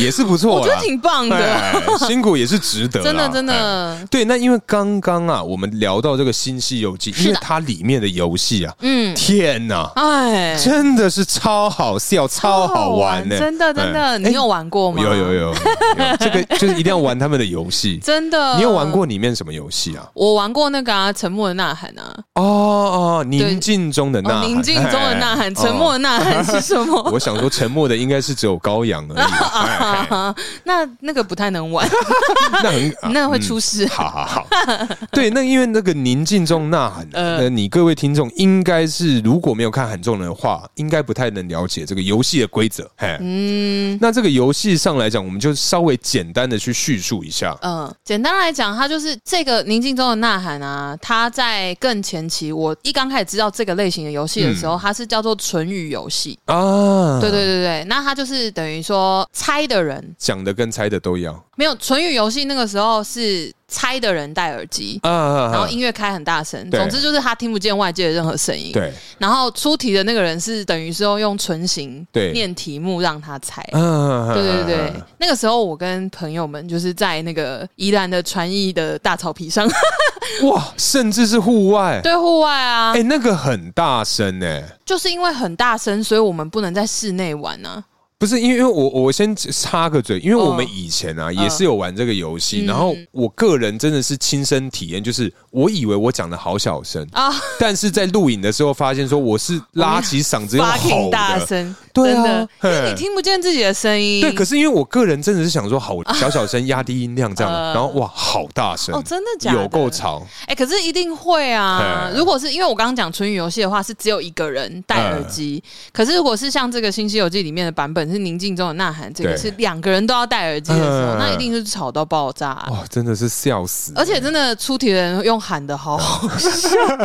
B: 也是不错
A: 我
B: 啦，
A: 觉得挺棒的，
B: 哎辛苦也是值得啦，
A: 真的真
B: 哎。
A: 的，
B: 对，那因为刚刚啊，我们聊到这个《新西游记》，
A: 的
B: 因为它里面的游戏啊，
A: 嗯，
B: 天哪，
A: 哎，
B: 真的是超好笑、超好玩呢、
A: 真的真的，
B: 哎
A: 你有玩过
B: 哎
A: 吗？。
B: 有有有，有这个就是一定要玩他们的游戏
A: 真的，
B: 你有玩？过里面什么游戏啊？
A: 我玩过那个啊，《沉默的呐喊》啊，
B: 哦哦，宁静中的呐
A: 哦，
B: 喊，
A: 宁静中的呐喊，
B: 哎
A: 沉默。
B: 哦
A: 的呐喊是什么？
B: 我想说，沉默的应该是只有羔羊而 已，哎
A: 啊，那那个不太能 玩，
B: 那很啊
A: 那会出事。
B: 嗯好好好， 对，那因为那个宁静中呐喊，
A: 呃
B: 那你各位听众应该是如果没有看韩综的话，应该不太能了解这个游戏的规则。嘿，
A: 嗯
B: 那这个游戏上来讲，我们就稍微简单的去叙述一下。
A: 嗯，简单来讲，它就是这个宁静中的呐喊啊。它在更前期，我一刚开始知道这个类型的游戏的
B: 嗯
A: 时候，它是叫做唇语游戏。
B: 啊，
A: 对对，对对，那它就是等于说猜的人
B: 讲的跟猜的都要
A: 没有唇语游戏，那个时候是猜的人戴耳机，
B: 啊啊，啊
A: 然后音乐开很大声，
B: 对
A: 总之就是他听不见外界的任何声音。
B: 对，
A: 然后出题的那个人是等于是要用唇形
B: 对
A: 念题目让他猜。
B: 啊
A: 对对对，对，那个时候我跟朋友们就是在那个宜兰的传艺的大草皮上，
B: 对，哇，甚至是户外，
A: 对户外啊，
B: 哎，那个很大声哎呢。
A: 就是因为很大声，所以我们不能在室内玩啊。
B: 不是因为因为我我先插个嘴，因为
A: 嗯
B: 我们以前啊、也是有玩这个游戏，
A: 嗯
B: 然后我个人真的是亲身体验，就是我以为我讲的好小声
A: 啊
B: 啊，但是在录影的时候发现说我是拉起嗓子 用
A: fucking
B: 吼
A: 大
B: 的，
A: 声，
B: 对
A: 真
B: 啊
A: 的，，因为你
B: 嘿
A: 听不见自己的声音。
B: 对，可是因为我个人真的是想说好小小声压低音量这样，
A: 呃
B: 然后哇好大声
A: 哦，真的假的？
B: 有够吵，哎
A: 哎、可是一定会啊！
B: 嘿
A: 如果是因为我刚刚讲唇语游戏的话，是只有一个人戴耳机；
B: 哎
A: 可是如果是像这个《新西游记》里面的版本是宁静中的呐喊，这个
B: 对
A: 是两个人都要戴耳机的时候，
B: 嗯
A: 那一定是吵到爆炸啊、
B: 哇真的是笑死，
A: 而且真的出题的人用喊的好好笑，因为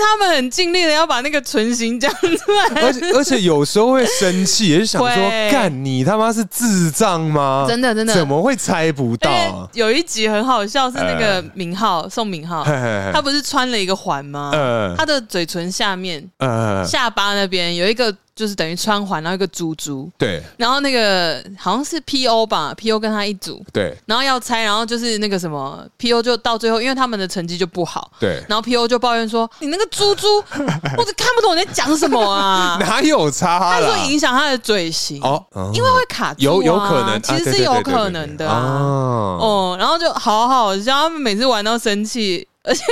A: 他们很尽力的要把那个唇形讲出来
B: 而。且而且有时候会生气，也是想说
A: 会
B: 干你他妈是智障吗？
A: 真的真的
B: 怎么会猜不到
A: 因
B: 啊、
A: 为有一集很好笑，是那个
B: 嗯
A: 明浩宋明浩，他
B: 他
A: 不是穿了一个环吗？
B: 嗯
A: 他的嘴唇下面
B: 呃，
A: 下巴那边有一个，就是等于穿环，然后一个珠珠，
B: 对
A: 然后那个好像是 P O 吧，P O 跟他一组，
B: 对
A: 然后要猜，然后就是那个什么 P O 就到最后，因为他们的成绩就不好，
B: 对，
A: 然后 P O 就抱怨说：“你那个珠 珠，我都看不懂你在讲什么啊
B: 哪有差
A: 他说
B: 啦？
A: 影响他的嘴型，
B: 哦，嗯
A: 因为会卡住、啊，
B: 有有可能，
A: 其
B: 啊
A: 实是有可能的啊。
B: 哦，
A: 哦，然后就好好笑，他们每次玩到生气，而且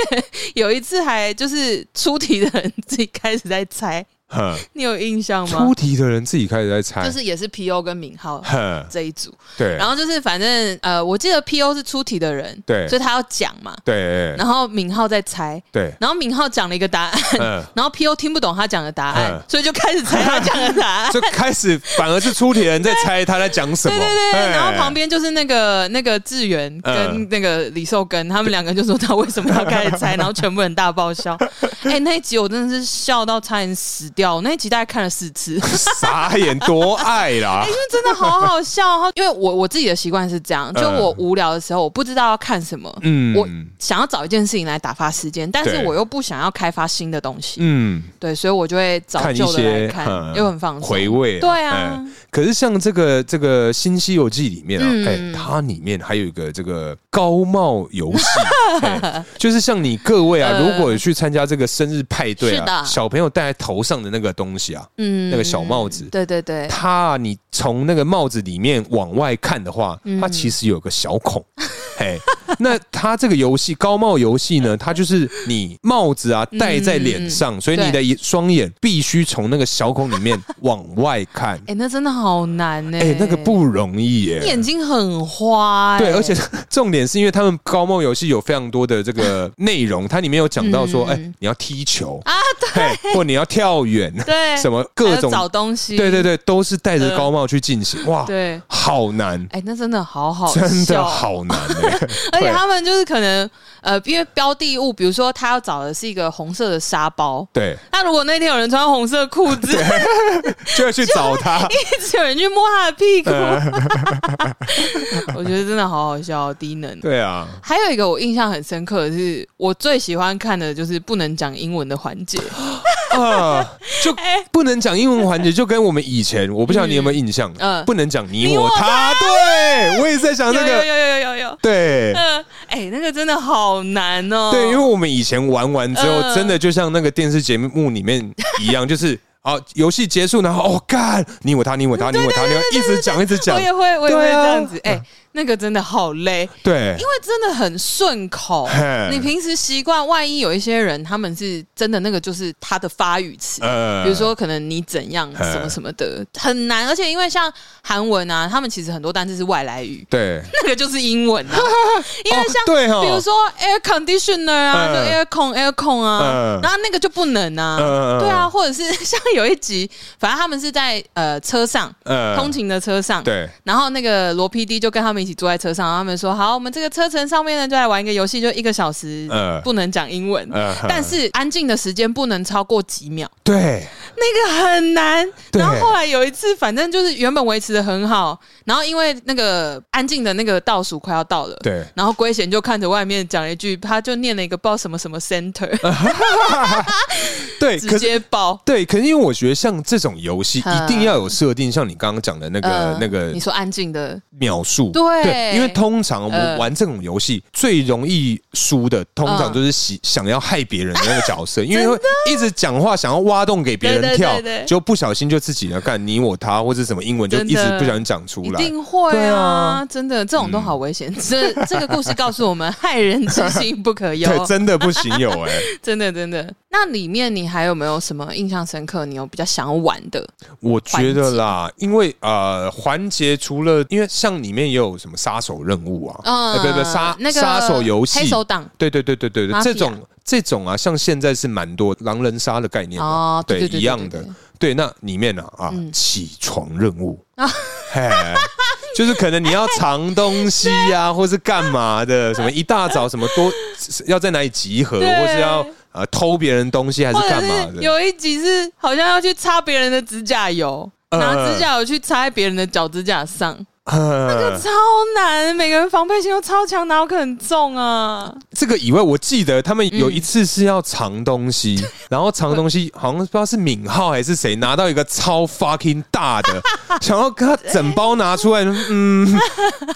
A: 有一次还就是出题的人自己开始在猜，
B: 哼
A: 你有印象吗
B: 出？题的人自己开始在猜，
A: 就是也是 P O 跟敏浩
B: 哼
A: 这一组，
B: 对
A: 然后就是反正呃，我记得 P O 是出题的人，
B: 对
A: 所以他要讲嘛，
B: 对
A: 然后敏浩在猜，
B: 对，
A: 然后敏浩讲了一个答案，
B: 嗯，
A: 然后 P O 听不懂他讲的答案
B: 嗯，
A: 所以就开始猜他讲的答案。
B: 就开始反而是出题的人在猜他在讲什么，
A: 对对对，
B: 哎
A: 然后旁边就是那个那个志源跟
B: 嗯
A: 那个李寿根，他们两个人就说他为什么要开始猜，然后全部人大爆 笑。哎，那一集我真的是笑到差点死掉，那一集大概看了四 次。
B: 傻眼多爱啦，
A: 因为真的好好笑哦，因为我我自己的习惯是这样，就我无聊的时候，我不知道要看什么，
B: 嗯
A: 我想要找一件事情来打发时间，但是
B: 对
A: 我又不想要开发新的东西，
B: 嗯。
A: 对，所以我就会找
B: 看一
A: 旧的来
B: 些
A: 看，
B: 嗯
A: 又很放松
B: 回味，
A: 对啊
B: 哎可是像这个这个《新西游记》里面啊，
A: 嗯
B: 哎，它里面还有一个这个高帽游 戏，嘿就是像你各位啊，如果有去参加这个生日派对
A: 呃是的
B: 啊，小朋友戴在头上的那个东西啊，
A: 嗯
B: 那个小帽子，
A: 对对对，
B: 它啊你从那个帽子里面往外看的话，
A: 嗯
B: 它其实有个小孔。嘿，那它这个游戏高帽游戏 呢，它就是你帽子啊戴在脸
A: 嗯
B: 上，所以你的眼双眼必须从那个小孔里面往外 看。
A: 哎、那真的好难欸呢、
B: 哎、那个不容易 耶、
A: 眼睛很花、哎
B: 对，而且 重点是因为他们高帽游戏有非常多的 这个内容，它里面有讲到
A: 嗯
B: 说，哎、你要踢球啊，对，或你要跳远，
A: 对
B: 什么
A: 还
B: 各
A: 要
B: 种，
A: 找东西，
B: 对对对，都是戴着高帽去进行，哇，
A: 对，
B: 好难，
A: 哎、那真的好好笑，
B: 真的好难哎、
A: 而且
B: 对
A: 他们就是可能呃，因为标的物，比如说他要找的是一个红色的沙包，
B: 对，
A: 那如果那天有人穿红色裤子，
B: 就要去找他。
A: 一直有人去摸他的屁股，
B: 嗯
A: 我觉得真的好好笑，低能。
B: 对啊，
A: 还有一个我印象很深刻的是，我最喜欢看的就是不能讲英文的环节。
B: 啊， 就
A: 哎
B: 不能讲英文环节，就跟我们以前，我不晓得你有没有印象，
A: 嗯
B: 不能讲你
A: 你
B: 我
A: 我
B: 他，对我也在想
A: 有
B: 那
A: 有有
B: 个，
A: 有有有，
B: 对。
A: 嗯，哎、那个真的好难哦。
B: 对，因为我们以前玩完之后，
A: 嗯
B: 真的就像那个电视节目里面一 样，就是啊，游戏结束，然后哦干，你我他，你我他，你我他，你我一直讲一直讲
A: 我，也会，我也会
B: 对啊
A: 这样子。哎、那个真的好累，
B: 对
A: 因为真的很顺口
B: 嘿。
A: 你平时习惯，万一有一些人他们是真的那个就是他的发语词，
B: 呃
A: 比如说可能你怎样
B: 嘿
A: 什么什么的，很难。而且因为像韩文啊，他们其实很多单字是外来语，
B: 对，
A: 那个就是英文 啊。因为
B: 哦对
A: 像
B: 哦
A: 比如说 air conditioner 啊，就
B: 嗯
A: air con air con 啊
B: 嗯，
A: 然后那个就不能啊。
B: 嗯
A: 对啊，，或者是 像有一集，反正他们是在呃车上。
B: 呃
A: 通勤的车上，
B: 对，
A: 然后那个罗 PD 就跟他们一起坐在车上，然后他们说：“好，我们这个车程上面呢，就来玩一个游戏，就一个小时，
B: 嗯
A: 不能讲英文，
B: 嗯
A: 但是安静的时间不能超过几秒，
B: 对，
A: 那个很难。”
B: 对
A: 然后后来有一次，反正就是原本维持的很好，然后因为那个安静的那个倒数快要到了，
B: 对
A: 然后龟贤就看着外面讲了一句，他就念了一个不知道什么什么 center，
B: 对，
A: 直
B: 呃可是
A: 接爆。
B: 对，可是因为我觉得像这种游戏
A: 嗯
B: 一定要有设定，像你刚刚讲的那个
A: 呃
B: 那个
A: 你说安静的，
B: 描述，
A: 对
B: 因为通常我们
A: 嗯
B: 玩这种游戏最容易输的，通常就是喜想要害别人的那个 角色，因为会一直讲话，想要挖洞给别人
A: 对对
B: 跳
A: 对对，
B: 就不小心就自己要干你我他或者什么英文，就
A: 真的
B: 一直不小心讲出
A: 一
B: 来。
A: 定会
B: 对
A: 啊
B: 啊，嗯
A: 真的，这种都好危险。这这个故事告诉我们，害人之心不可有，
B: 对，真的不行有哎、
A: 真的真的。那里面你还有没有什么印象深刻？你有比较想要玩的？
B: 我觉得啦，因为呃环节除了因为像里面也有什么杀手任务啊，
A: 嗯，
B: 呃不不杀
A: 那个
B: 杀手游戏
A: 黑，手党
B: 对对对对对对，
A: Mafia
B: 这种这种啊，像现在是蛮多狼人杀的概念嘛
A: 哦，对
B: 对
A: 对对
B: 一样的
A: 对嗯对，
B: 对，那里面呢啊，起床任务
A: 啊
B: 嘿， 就是可能你要藏东西 呀、或是干嘛的，什么一大早什么多要在哪里集合，
A: 对
B: 或是要呃偷别人东西还是
A: 或者
B: 干嘛
A: 是
B: 的，
A: 有一集是好像要去擦别人的指甲油，
B: 嗯
A: 拿指甲油去擦在别人的脚指甲上，
B: 呃
A: 超难，每个人防备心都超强，哪有可能中啊？
B: 这个以外，我记得他们有一次是要藏东西，
A: 嗯
B: 然后藏东西好像不知道是敏浩还是谁拿到一个超 fucking 大 的，想要跟他整包拿出来，嗯，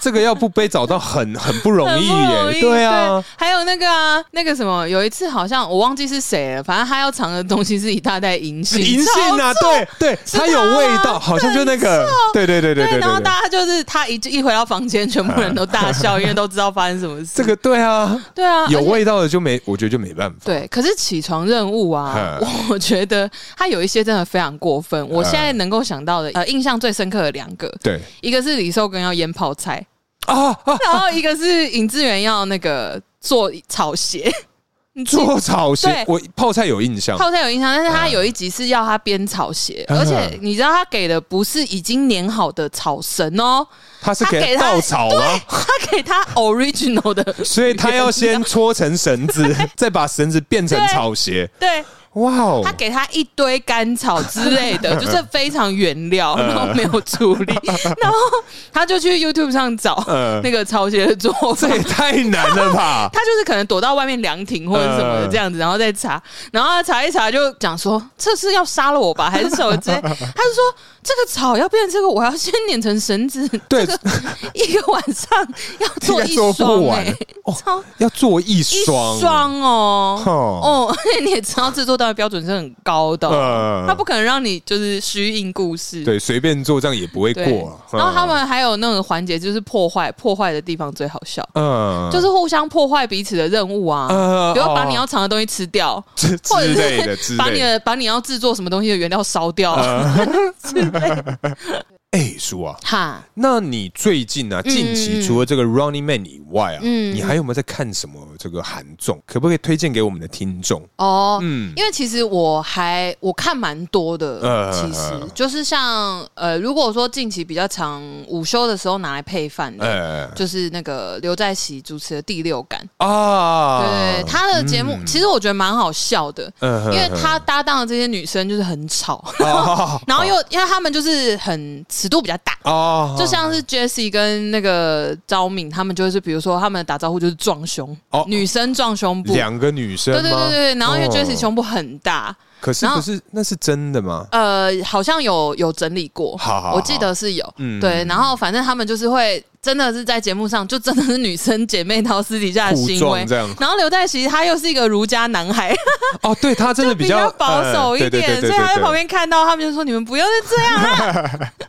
B: 这个要不被找到很很不容易
A: 很不容
B: 耶，
A: 易
B: 对啊，，
A: 还有那个啊，那个什么，有一次好像我忘记是谁了，反正他要藏的东西是一大袋银杏，
B: 银
A: 超
B: 杏啊，对对，
A: 是它
B: 它有
A: 啊
B: 味道，好像就那个，对对对对对
A: 然后
B: 对对，
A: 大家就是他一一回到房间，全部人都大 笑，因为都知道发生什么事。
B: 这个对啊，
A: 对啊，
B: 有
A: 而且
B: 味道的就没，我觉得就没办法，
A: 对，可是起床任务啊，
B: 嗯
A: 我觉得他有一些真的非常过分。我现在能够想到
B: 嗯
A: 的，呃，印象最深刻的两个，
B: 对
A: 一个是李寿根要腌泡菜，
B: 啊啊，
A: 然后一个是尹志源要那个做草鞋。你记
B: 做草鞋
A: 对，
B: 我泡菜有印象，
A: 泡菜有印象，但是他有一集是要他编草鞋，
B: 哦嗯
A: 而且你知道他给的不是已经粘好的草绳哦，
B: 它是
A: 他
B: 给
A: 给他
B: 稻草啊吗？
A: 他给他 original 的，
B: 所以他要先搓成绳子，再把绳子变成草鞋。
A: 对，
B: 哇哦
A: 他，给他一堆甘草之类 的，就是非常原料，
B: 嗯
A: 然后没有处理，然后他就去 YouTube 上找
B: 嗯
A: 那个草鞋的做法
B: 这。也太难了吧！
A: 他就是可能躲到外面凉亭或者什么的
B: 嗯
A: 这样子，然后再查，然后他查一查就讲说这是要杀了我吧，还是什么之类。 他就说这个草要变成这个，我要先捻成绳子，
B: 对，
A: 一个晚上要做一
B: 应该做
A: 双、
B: 不完
A: 欸，
B: 哦
A: 超
B: 要做一
A: 一
B: 双，
A: 双哦，
B: 哼
A: 哦， 而且你也知道制作单位标准是很高的哦、
B: 呃
A: 他不可能让你就是虚应故事。
B: 对，随便做这样也不会
A: 对
B: 过啊。
A: 然后他们还有那个环节，就是破坏破坏的地方最好笑，
B: 嗯，
A: 就是互相破坏彼此的任务啊，
B: 呃
A: 比如把
B: 哦
A: 你要藏的东西吃掉，
B: 之哦之
A: 或者
B: 类 的嗯
A: 是
B: 之
A: 把你
B: 类的。
A: 的把你要制作什么东西的原料烧掉、之类的。
B: 哎，叔啊，
A: 哈，
B: 那你最近啊，近
A: 嗯嗯
B: 期除了这个 Running Man 以外啊，
A: 嗯
B: 你还有没有在看什么这个韩综？可不可以推荐给我们的听众？
A: 哦，
B: 嗯，
A: 因为其实我还我看蛮多的，
B: 呃
A: 其实就是像呃，如果说近期比较长午休的时候拿来配饭的，
B: 呃
A: 就是那个刘在熙主持的《第六感》
B: 啊，
A: 对他的节目，其实我觉得蛮好笑的，
B: 嗯
A: 因
B: 哼
A: 为
B: 哼
A: 他搭档的这些女生就是很吵，
B: 哦
A: 然后又因为他们就是很尺度比较大。
B: 哦，
A: 就像是 Jessie 跟那个昭敏，他们就是比如说他们打招呼就是撞胸，
B: 哦
A: 女生撞胸部，对
B: 两个女生
A: 对对
B: 吗
A: 对，对然后因为
B: 哦
A: Jessie 胸部很大，
B: 可是
A: 然后
B: 不是那是真的吗？
A: 呃，好像有有整理过，
B: 好好好
A: 我记得是有，
B: 嗯
A: 对，然后反正他们就是会真的是在节目上，就真的是女生姐妹淘私底下的
B: 互
A: 行为
B: 撞。这样
A: 然后刘在熙他又是一个儒家男 孩，
B: 哦，对他真的
A: 比
B: 较嗯呃
A: 较保守一点，所以他在旁。边看到他们就说：“你们不要再这样了、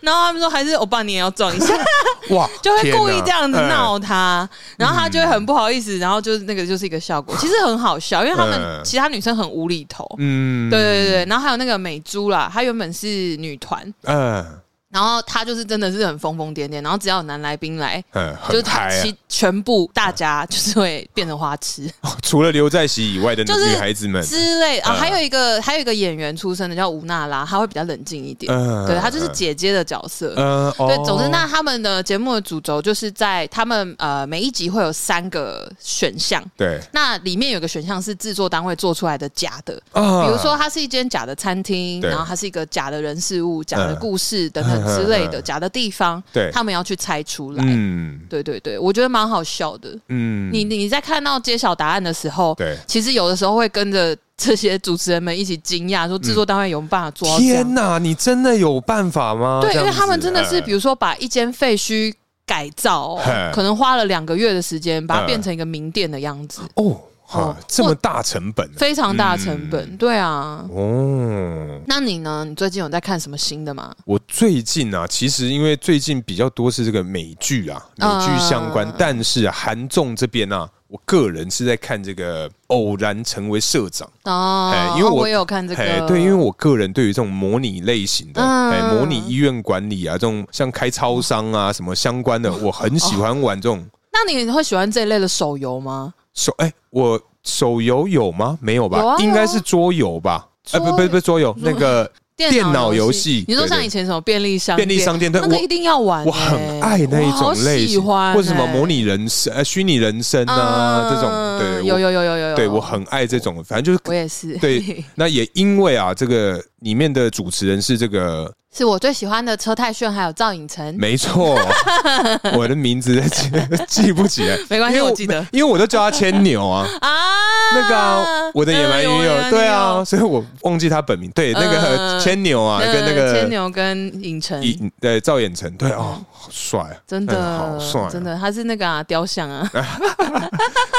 A: 然后他们说：“还是欧巴你也要撞一下。”
B: 呃对对对对对对哇，
A: 就会
B: 天
A: 故意
B: 哪
A: 这样子
B: 嗯
A: 闹他，然后他就会很不好意思，然后就是那个就是一个效果，其实很好笑，因为他们
B: 嗯
A: 其他女生很无厘头。
B: 嗯，
A: 对对对，然后还有那个美珠啦，她原本是女团，
B: 嗯
A: 然后她就是真的是很疯疯癫癫，然后只要有男来宾来，
B: 嗯，
A: 就是
B: 很
A: 她
B: 嗨啊
A: 其全部大家就是会变成花痴
B: 除了刘在熙以外的
A: 就是
B: 女孩子们，
A: 之类啊。
B: 嗯
A: 还有一个还有一个演员出身的叫吴娜拉，她会比较冷静一点，
B: 嗯
A: 对她就是姐姐的角色。
B: 嗯，哦
A: 对，总之，那他们的节目的主轴就是在他们呃每一集会有三个选项，
B: 对
A: 那里面有个选项是制作单位做出来的假的，
B: 啊
A: 比如说它是一间假的餐厅，
B: 对
A: 然后它是一个假的人事物、假的
B: 嗯
A: 故事等等之类的
B: 嗯嗯嗯
A: 假的地方，
B: 对
A: 他们要去猜出来。
B: 嗯
A: 对对对，我觉得蛮好笑的。
B: 嗯，
A: 你你在看到揭晓答案的时候，
B: 对，
A: 其实有的时候会跟着这些主持人们一起惊讶，说制作单位有没有办法做到这样
B: 天？哪，你真的有办法吗？
A: 对，
B: 这
A: 因
B: 样
A: 为
B: 子
A: 他们真的是，
B: 嗯
A: 比如说把一间废墟改造、哦
B: 嘿，
A: 可能花了两个月的时间，把它
B: 嗯
A: 变成一个名店的样子，
B: 哦，哈
A: 哦，
B: 这么大成本啊
A: 非常大的成本。
B: 嗯
A: 对啊，
B: 哦。
A: 那你呢？你最近有在看什么新的吗？
B: 我最近啊，其实因为最近比较多是这个美剧啊，美剧相关，
A: 嗯
B: 但是啊韩综这边啊，我个人是在看这个《偶然成为社长》。
A: 哦
B: 哎，因为
A: 哦
B: 我
A: 我也有看这
B: 哎
A: 个，
B: 对，因为我个人对于这种模拟类型的，
A: 嗯
B: 哎、模拟医院管理啊，这种像开超商啊什么相关 的，我很喜欢玩这种
A: 那你会喜欢这一类的手游吗？
B: 手。哎、我手游有吗？没有吧？
A: 有啊
B: 应该是桌游吧？哎、
A: 桌
B: 不不不，桌游那个电脑游戏
A: 你说像
B: 对对
A: 以前什么便利商
B: 便利商店，对
A: 那个
B: 我
A: 一定要玩、欸
B: 我很爱那一
A: 啊我好
B: 种类
A: 喜
B: 型，
A: 欢、啊欸
B: 或者什么模拟人生、呃虚拟人生
A: 嗯
B: 啊、这种，对，
A: 有
B: 我
A: 有有有有有，
B: 对我很爱这种，反正就是
A: 我也是，
B: 对，那也因为啊，这个里面的主持人是这个，
A: 是我最喜欢的车太炫还有赵寅成，
B: 没错，我的名字记不起来，
A: 没关系
B: 因为
A: 我记得
B: 因为我都叫他牵 牛啊。
A: 啊，
B: 那个啊、我的野蛮
A: 哎
B: 女
A: 呦
B: 友，对啊，，所以我忘记他本名。对，那
A: 嗯
B: 个牵牛啊，
A: 我的野蛮女友
B: 跟
A: 牵牛
B: 那个
A: 跟尹成，
B: 尹呃赵衍成，对哦，好帅啊，
A: 真
B: 嗯
A: 的
B: 好帅啊，
A: 真的，他是那个啊雕像 啊，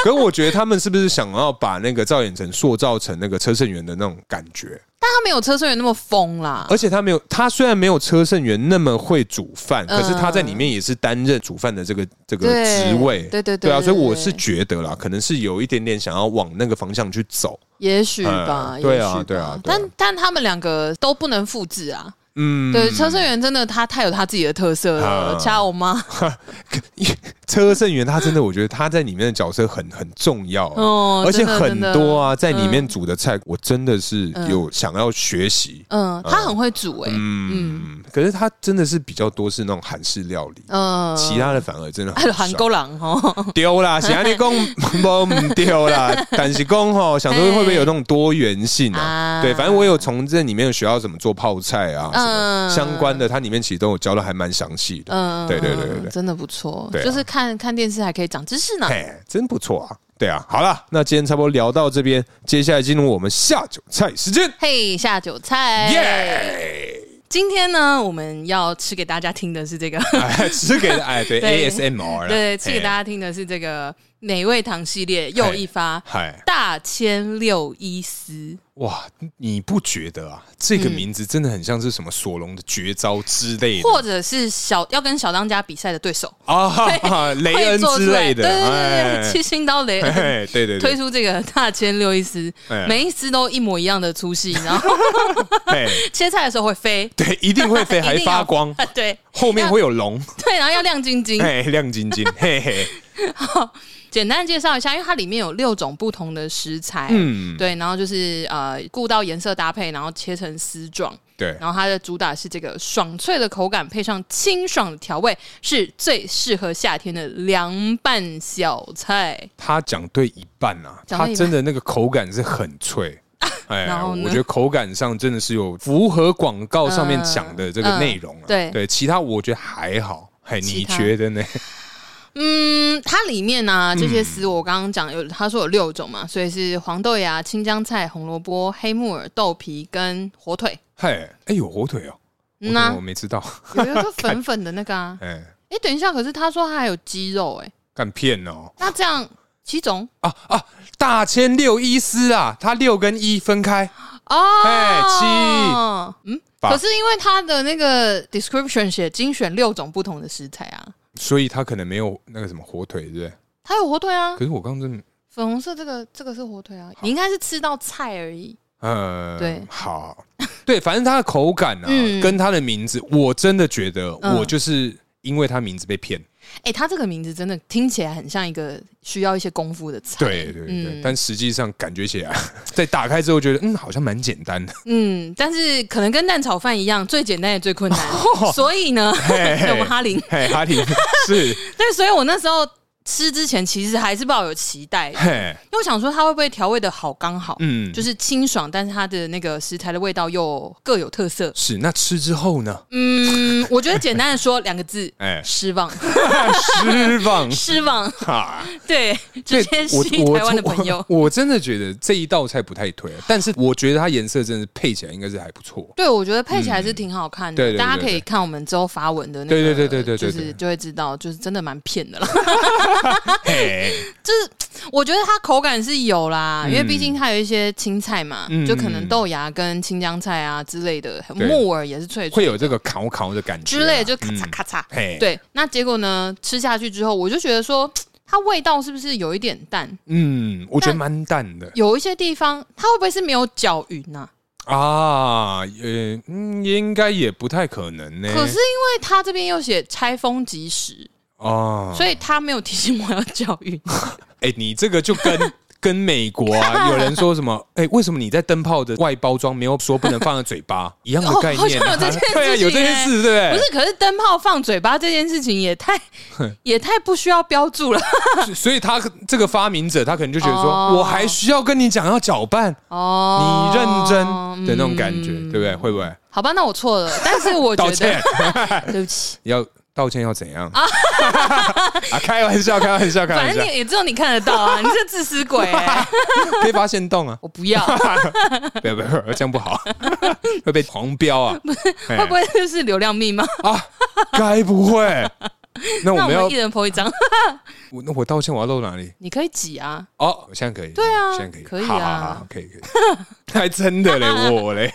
B: 可我觉得他们是不是想要把那个赵衍成塑造成那个车胜元的那种感觉？
A: 但他没有车胜元那么疯啦，
B: 而且他没有，他虽然没有车胜元那么会煮饭，
A: 嗯
B: 可是他在里面也是担任煮饭的这个这个
A: 对
B: 职位。
A: 对对对
B: 啊，
A: 对
B: 所以我是觉得啦，可能是有一点点想要往那个方向去走。
A: 也许吧，
B: 嗯
A: 也许
B: 对啊
A: 吧
B: 对啊对啊
A: 但但他们两个都不能复制啊，
B: 嗯，
A: 对，车胜元真的他太有他自己的特色了，
B: 啊
A: 加我妈
B: 车胜元他真的，我觉得他在里面的角色很很重要、啊
A: 哦，
B: 而且
A: 真的
B: 很多，啊，在里面
A: 嗯
B: 煮的菜，我真的是
A: 嗯
B: 有想要学习。
A: 真的嗯，他很会煮哎，
B: 啊嗯，可是他真的是比较多是那种韩式料理，
A: 嗯，
B: 其他的反而真的很
A: 哎 韩
B: 少
A: 国人哦，
B: 丢啦，想要你讲无唔丢啦，但是讲吼，想说会不会有那种多元性啊？
A: 啊
B: 对，反正我有从这里面有学到怎么做泡菜啊，什么
A: 嗯
B: 相关的，它里面其实都有教的还蛮详细的。
A: 嗯，
B: 对对对对对
A: 真的不错，
B: 对啊
A: 就是看看电视还可以长知识呢。
B: 嘿，真不错啊！对啊，好了，那今天差不多聊到这边，接下来进入我们下酒菜时间，
A: 嘿，下酒菜，
B: 耶！
A: 今天呢，我们要吃给大家听的是这个，
B: 哎，吃给哎 对
A: 对
B: ASMR 啦
A: 对，吃给大
B: 家，
A: 家听的是这个美味堂系列又一发
B: 嗨，
A: 大千六一丝，
B: 哇，你不觉得啊？这
A: 嗯
B: 个名字真的很像是什么索隆的绝招之类的
A: 或者是小要跟小当家比赛的对手，
B: 啊哈哈，雷
A: 会
B: 恩之类的，
A: 做出来对对对
B: 哎
A: 对，七星刀雷恩。
B: 哎，对对
A: 推
B: 对，
A: 出这个大千六一丝
B: 哎，
A: 每一丝都一模一样的粗细，然 后
B: 哎，
A: 切菜的时候会飞，
B: 对，一定会 飞，
A: 一定
B: 还
A: 要
B: 发光，
A: 啊，对
B: 后面会有龙，
A: 对，然后要亮晶晶，
B: 哎，亮晶晶，嘿嘿，
A: 简单介绍一下，因为它里面有六种不同的食材，
B: 嗯
A: 对，然后就是呃，顾到颜色搭配，然后切成丝状，
B: 对，
A: 然后它的主打是这个爽脆的口感，配上清爽的调味，是最适合夏天的凉拌小菜。
B: 他讲对一半啊，
A: 讲
B: 他
A: 对一半啊
B: 真的那个口感是很脆。哎
A: 然后呢
B: 我觉得口感上真的是有符合广告上面讲的这个内容了、
A: 嗯对
B: 对，其他我觉得还好。嘿，你
A: 其他
B: 觉得呢？
A: 嗯，它里面呢、这些丝我刚刚讲有，他说有六种嘛，所以是黄豆芽、青江菜、红萝卜、黑木耳、豆皮跟火腿。
B: 嘿，哎，有火腿哦，
A: 嗯
B: 我怎么
A: 呐、
B: 我没吃到？，
A: 有一个粉粉的那个啊
B: 哎，
A: 哎、等一下，可是他说他还有鸡肉、哎，
B: 干骗哦！
A: 那这样七种
B: 啊啊，大千六一丝啊，它六跟一分开，哎
A: 哦，七，嗯，
B: 法
A: 可是因为它的那个 description 写精选六种不同的食材啊，
B: 所以它可能没有那个什么火腿，对不对？
A: 它有火腿啊
B: 可，是我刚刚真的，
A: 粉红色这个这个是火腿啊，你应该是吃到菜而已，
B: 呃，
A: 对
B: 好，对，反正它的口感啊，
A: 嗯
B: 跟它的名字，我真的觉得
A: 嗯
B: 我就是因为它名字被骗，
A: 哎，它这个名字真的听起来很像一个需要一些功夫的菜，
B: 对对对，
A: 嗯
B: 但实际上感觉起来， 在打开之后觉得，嗯，好像蛮简单的，
A: 嗯，但是可能跟蛋炒饭一样，最简单也最困难，所以呢，
B: 哦嘿嘿
A: 对我们哈林，
B: 嘿，哈林 是，
A: 对，所以我那时候。吃之前其实还是抱有期待，因
B: 嘿，
A: 为我想说它会不会调味的好刚好，
B: 嗯，
A: 就是是清爽，但是它的那个食材的味道又各有特色。
B: 是，那吃之后呢，
A: 嗯，我觉得简单的说两个字，，
B: 哎
A: 失望，。
B: 失望
A: 失望。
B: 哈，
A: 对，
B: 对
A: 直接
B: 我
A: 吸
B: 我
A: 台湾的朋友。
B: 我，我真的觉得这一道菜不太推，啊但是我觉得它颜色真的配起来应该是还不错。
A: 对，我觉得配起来是挺好看的，
B: 嗯对对对
A: 大家可以看我们之后发文的那个，
B: 对对对对对对
A: 就
B: 对
A: 是就会知道，就是真的蛮骗的啦。哎
B: 嘿，
A: 我觉得它口感是有啦，
B: 嗯
A: 因为毕竟它有一些青菜嘛，
B: 嗯
A: 就可能豆芽跟青江菜啊之类的，
B: 对
A: 木耳也是脆脆
B: 会有这个烤烤的感觉啊
A: 之类的，就咔
B: 嗯
A: 嚓咔嚓。
B: 嘿，
A: 对，那结果呢？吃下去之后，我就觉得说，它味道是不是有一点淡？
B: 嗯，我觉得
A: 但
B: 蛮淡的
A: 有一些地方，它会不会是没有搅匀呐、
B: 啊，呃，嗯应该也不太可能呢。
A: 可是因为它这边又写拆封即食，
B: 啊，
A: 所以它没有提醒我要搅 匀。
B: 哎，你这个就 跟跟美国啊，有人说什么？哎，为什么你在灯泡的外包装没有说不能放在嘴巴一样的
A: 哦
B: 概
A: 好
B: 念
A: 像
B: 啊？
A: 有这件事情
B: 对啊，有这件
A: 欸
B: 事，对不对？
A: 不是，可是灯泡放嘴巴这件事情也 太也太不需要标注了
B: 所以他这个发明者，他可能就觉得说，
A: 哦
B: 我还需要跟你讲要搅拌，
A: 哦
B: 你。认真的那种感觉，
A: 嗯
B: 对不对？会不会
A: 好吧，那我错了，但是我觉
B: 道歉
A: 得，对不起，
B: 要道歉要怎样 啊？开玩笑，开玩笑，开玩
A: 反
B: 笑
A: 正你，也只有你看得到啊，你这自私鬼、 欸，
B: 可以发现动啊！
A: 我不 要，
B: 不要不要，这样不好， 会被黄标啊！会
A: 会不会就是流量密码？
B: 啊？该 不会？那我
A: 那我
B: 们要
A: 们一人剖一 张，
B: 我那我道歉，我要露哪里？
A: 你可以挤啊。
B: 哦，我现在可以，
A: 对啊
B: 现在可以，
A: 可以啊
B: 好好好，可以可以，还真的嘞，我嘞，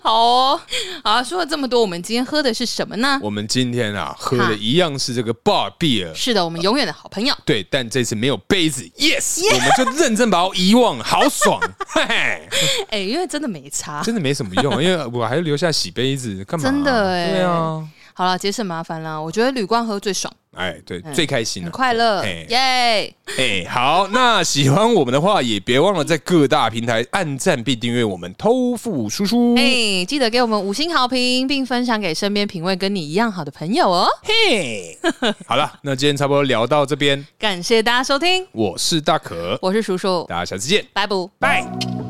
A: 好哦，好啊、说了这么多，我们今天喝的是什么呢？
B: 我们今天啊喝的一样是这个 bar beer，
A: 是的，我们永远的好 朋友。
B: 对，但这次没有杯子，yes，我们就认真把它遗忘，好爽，嘿嘿，
A: 哎、因为真的没差，
B: 真的没什么用，因为我还要留下洗杯子干嘛？
A: 真的哎
B: 对啊，
A: 好了，节省麻烦啦。我觉得铝罐喝最爽，
B: 哎，对，最开心了
A: 嗯很，快乐，
B: 哎
A: 耶！
B: 哎，好，那喜欢我们的话，也别忘了在各大平台按赞并订阅我们偷富叔叔。
A: 哎，记得给我们五星好评，并分享给身边品味跟你一样好的朋友哦。
B: 嘿，好了，那今天差不多聊到这边，
A: 感谢大家收听，
B: 我是大可，
A: 我是叔叔，
B: 大家下次见，
A: 拜拜。
B: 拜。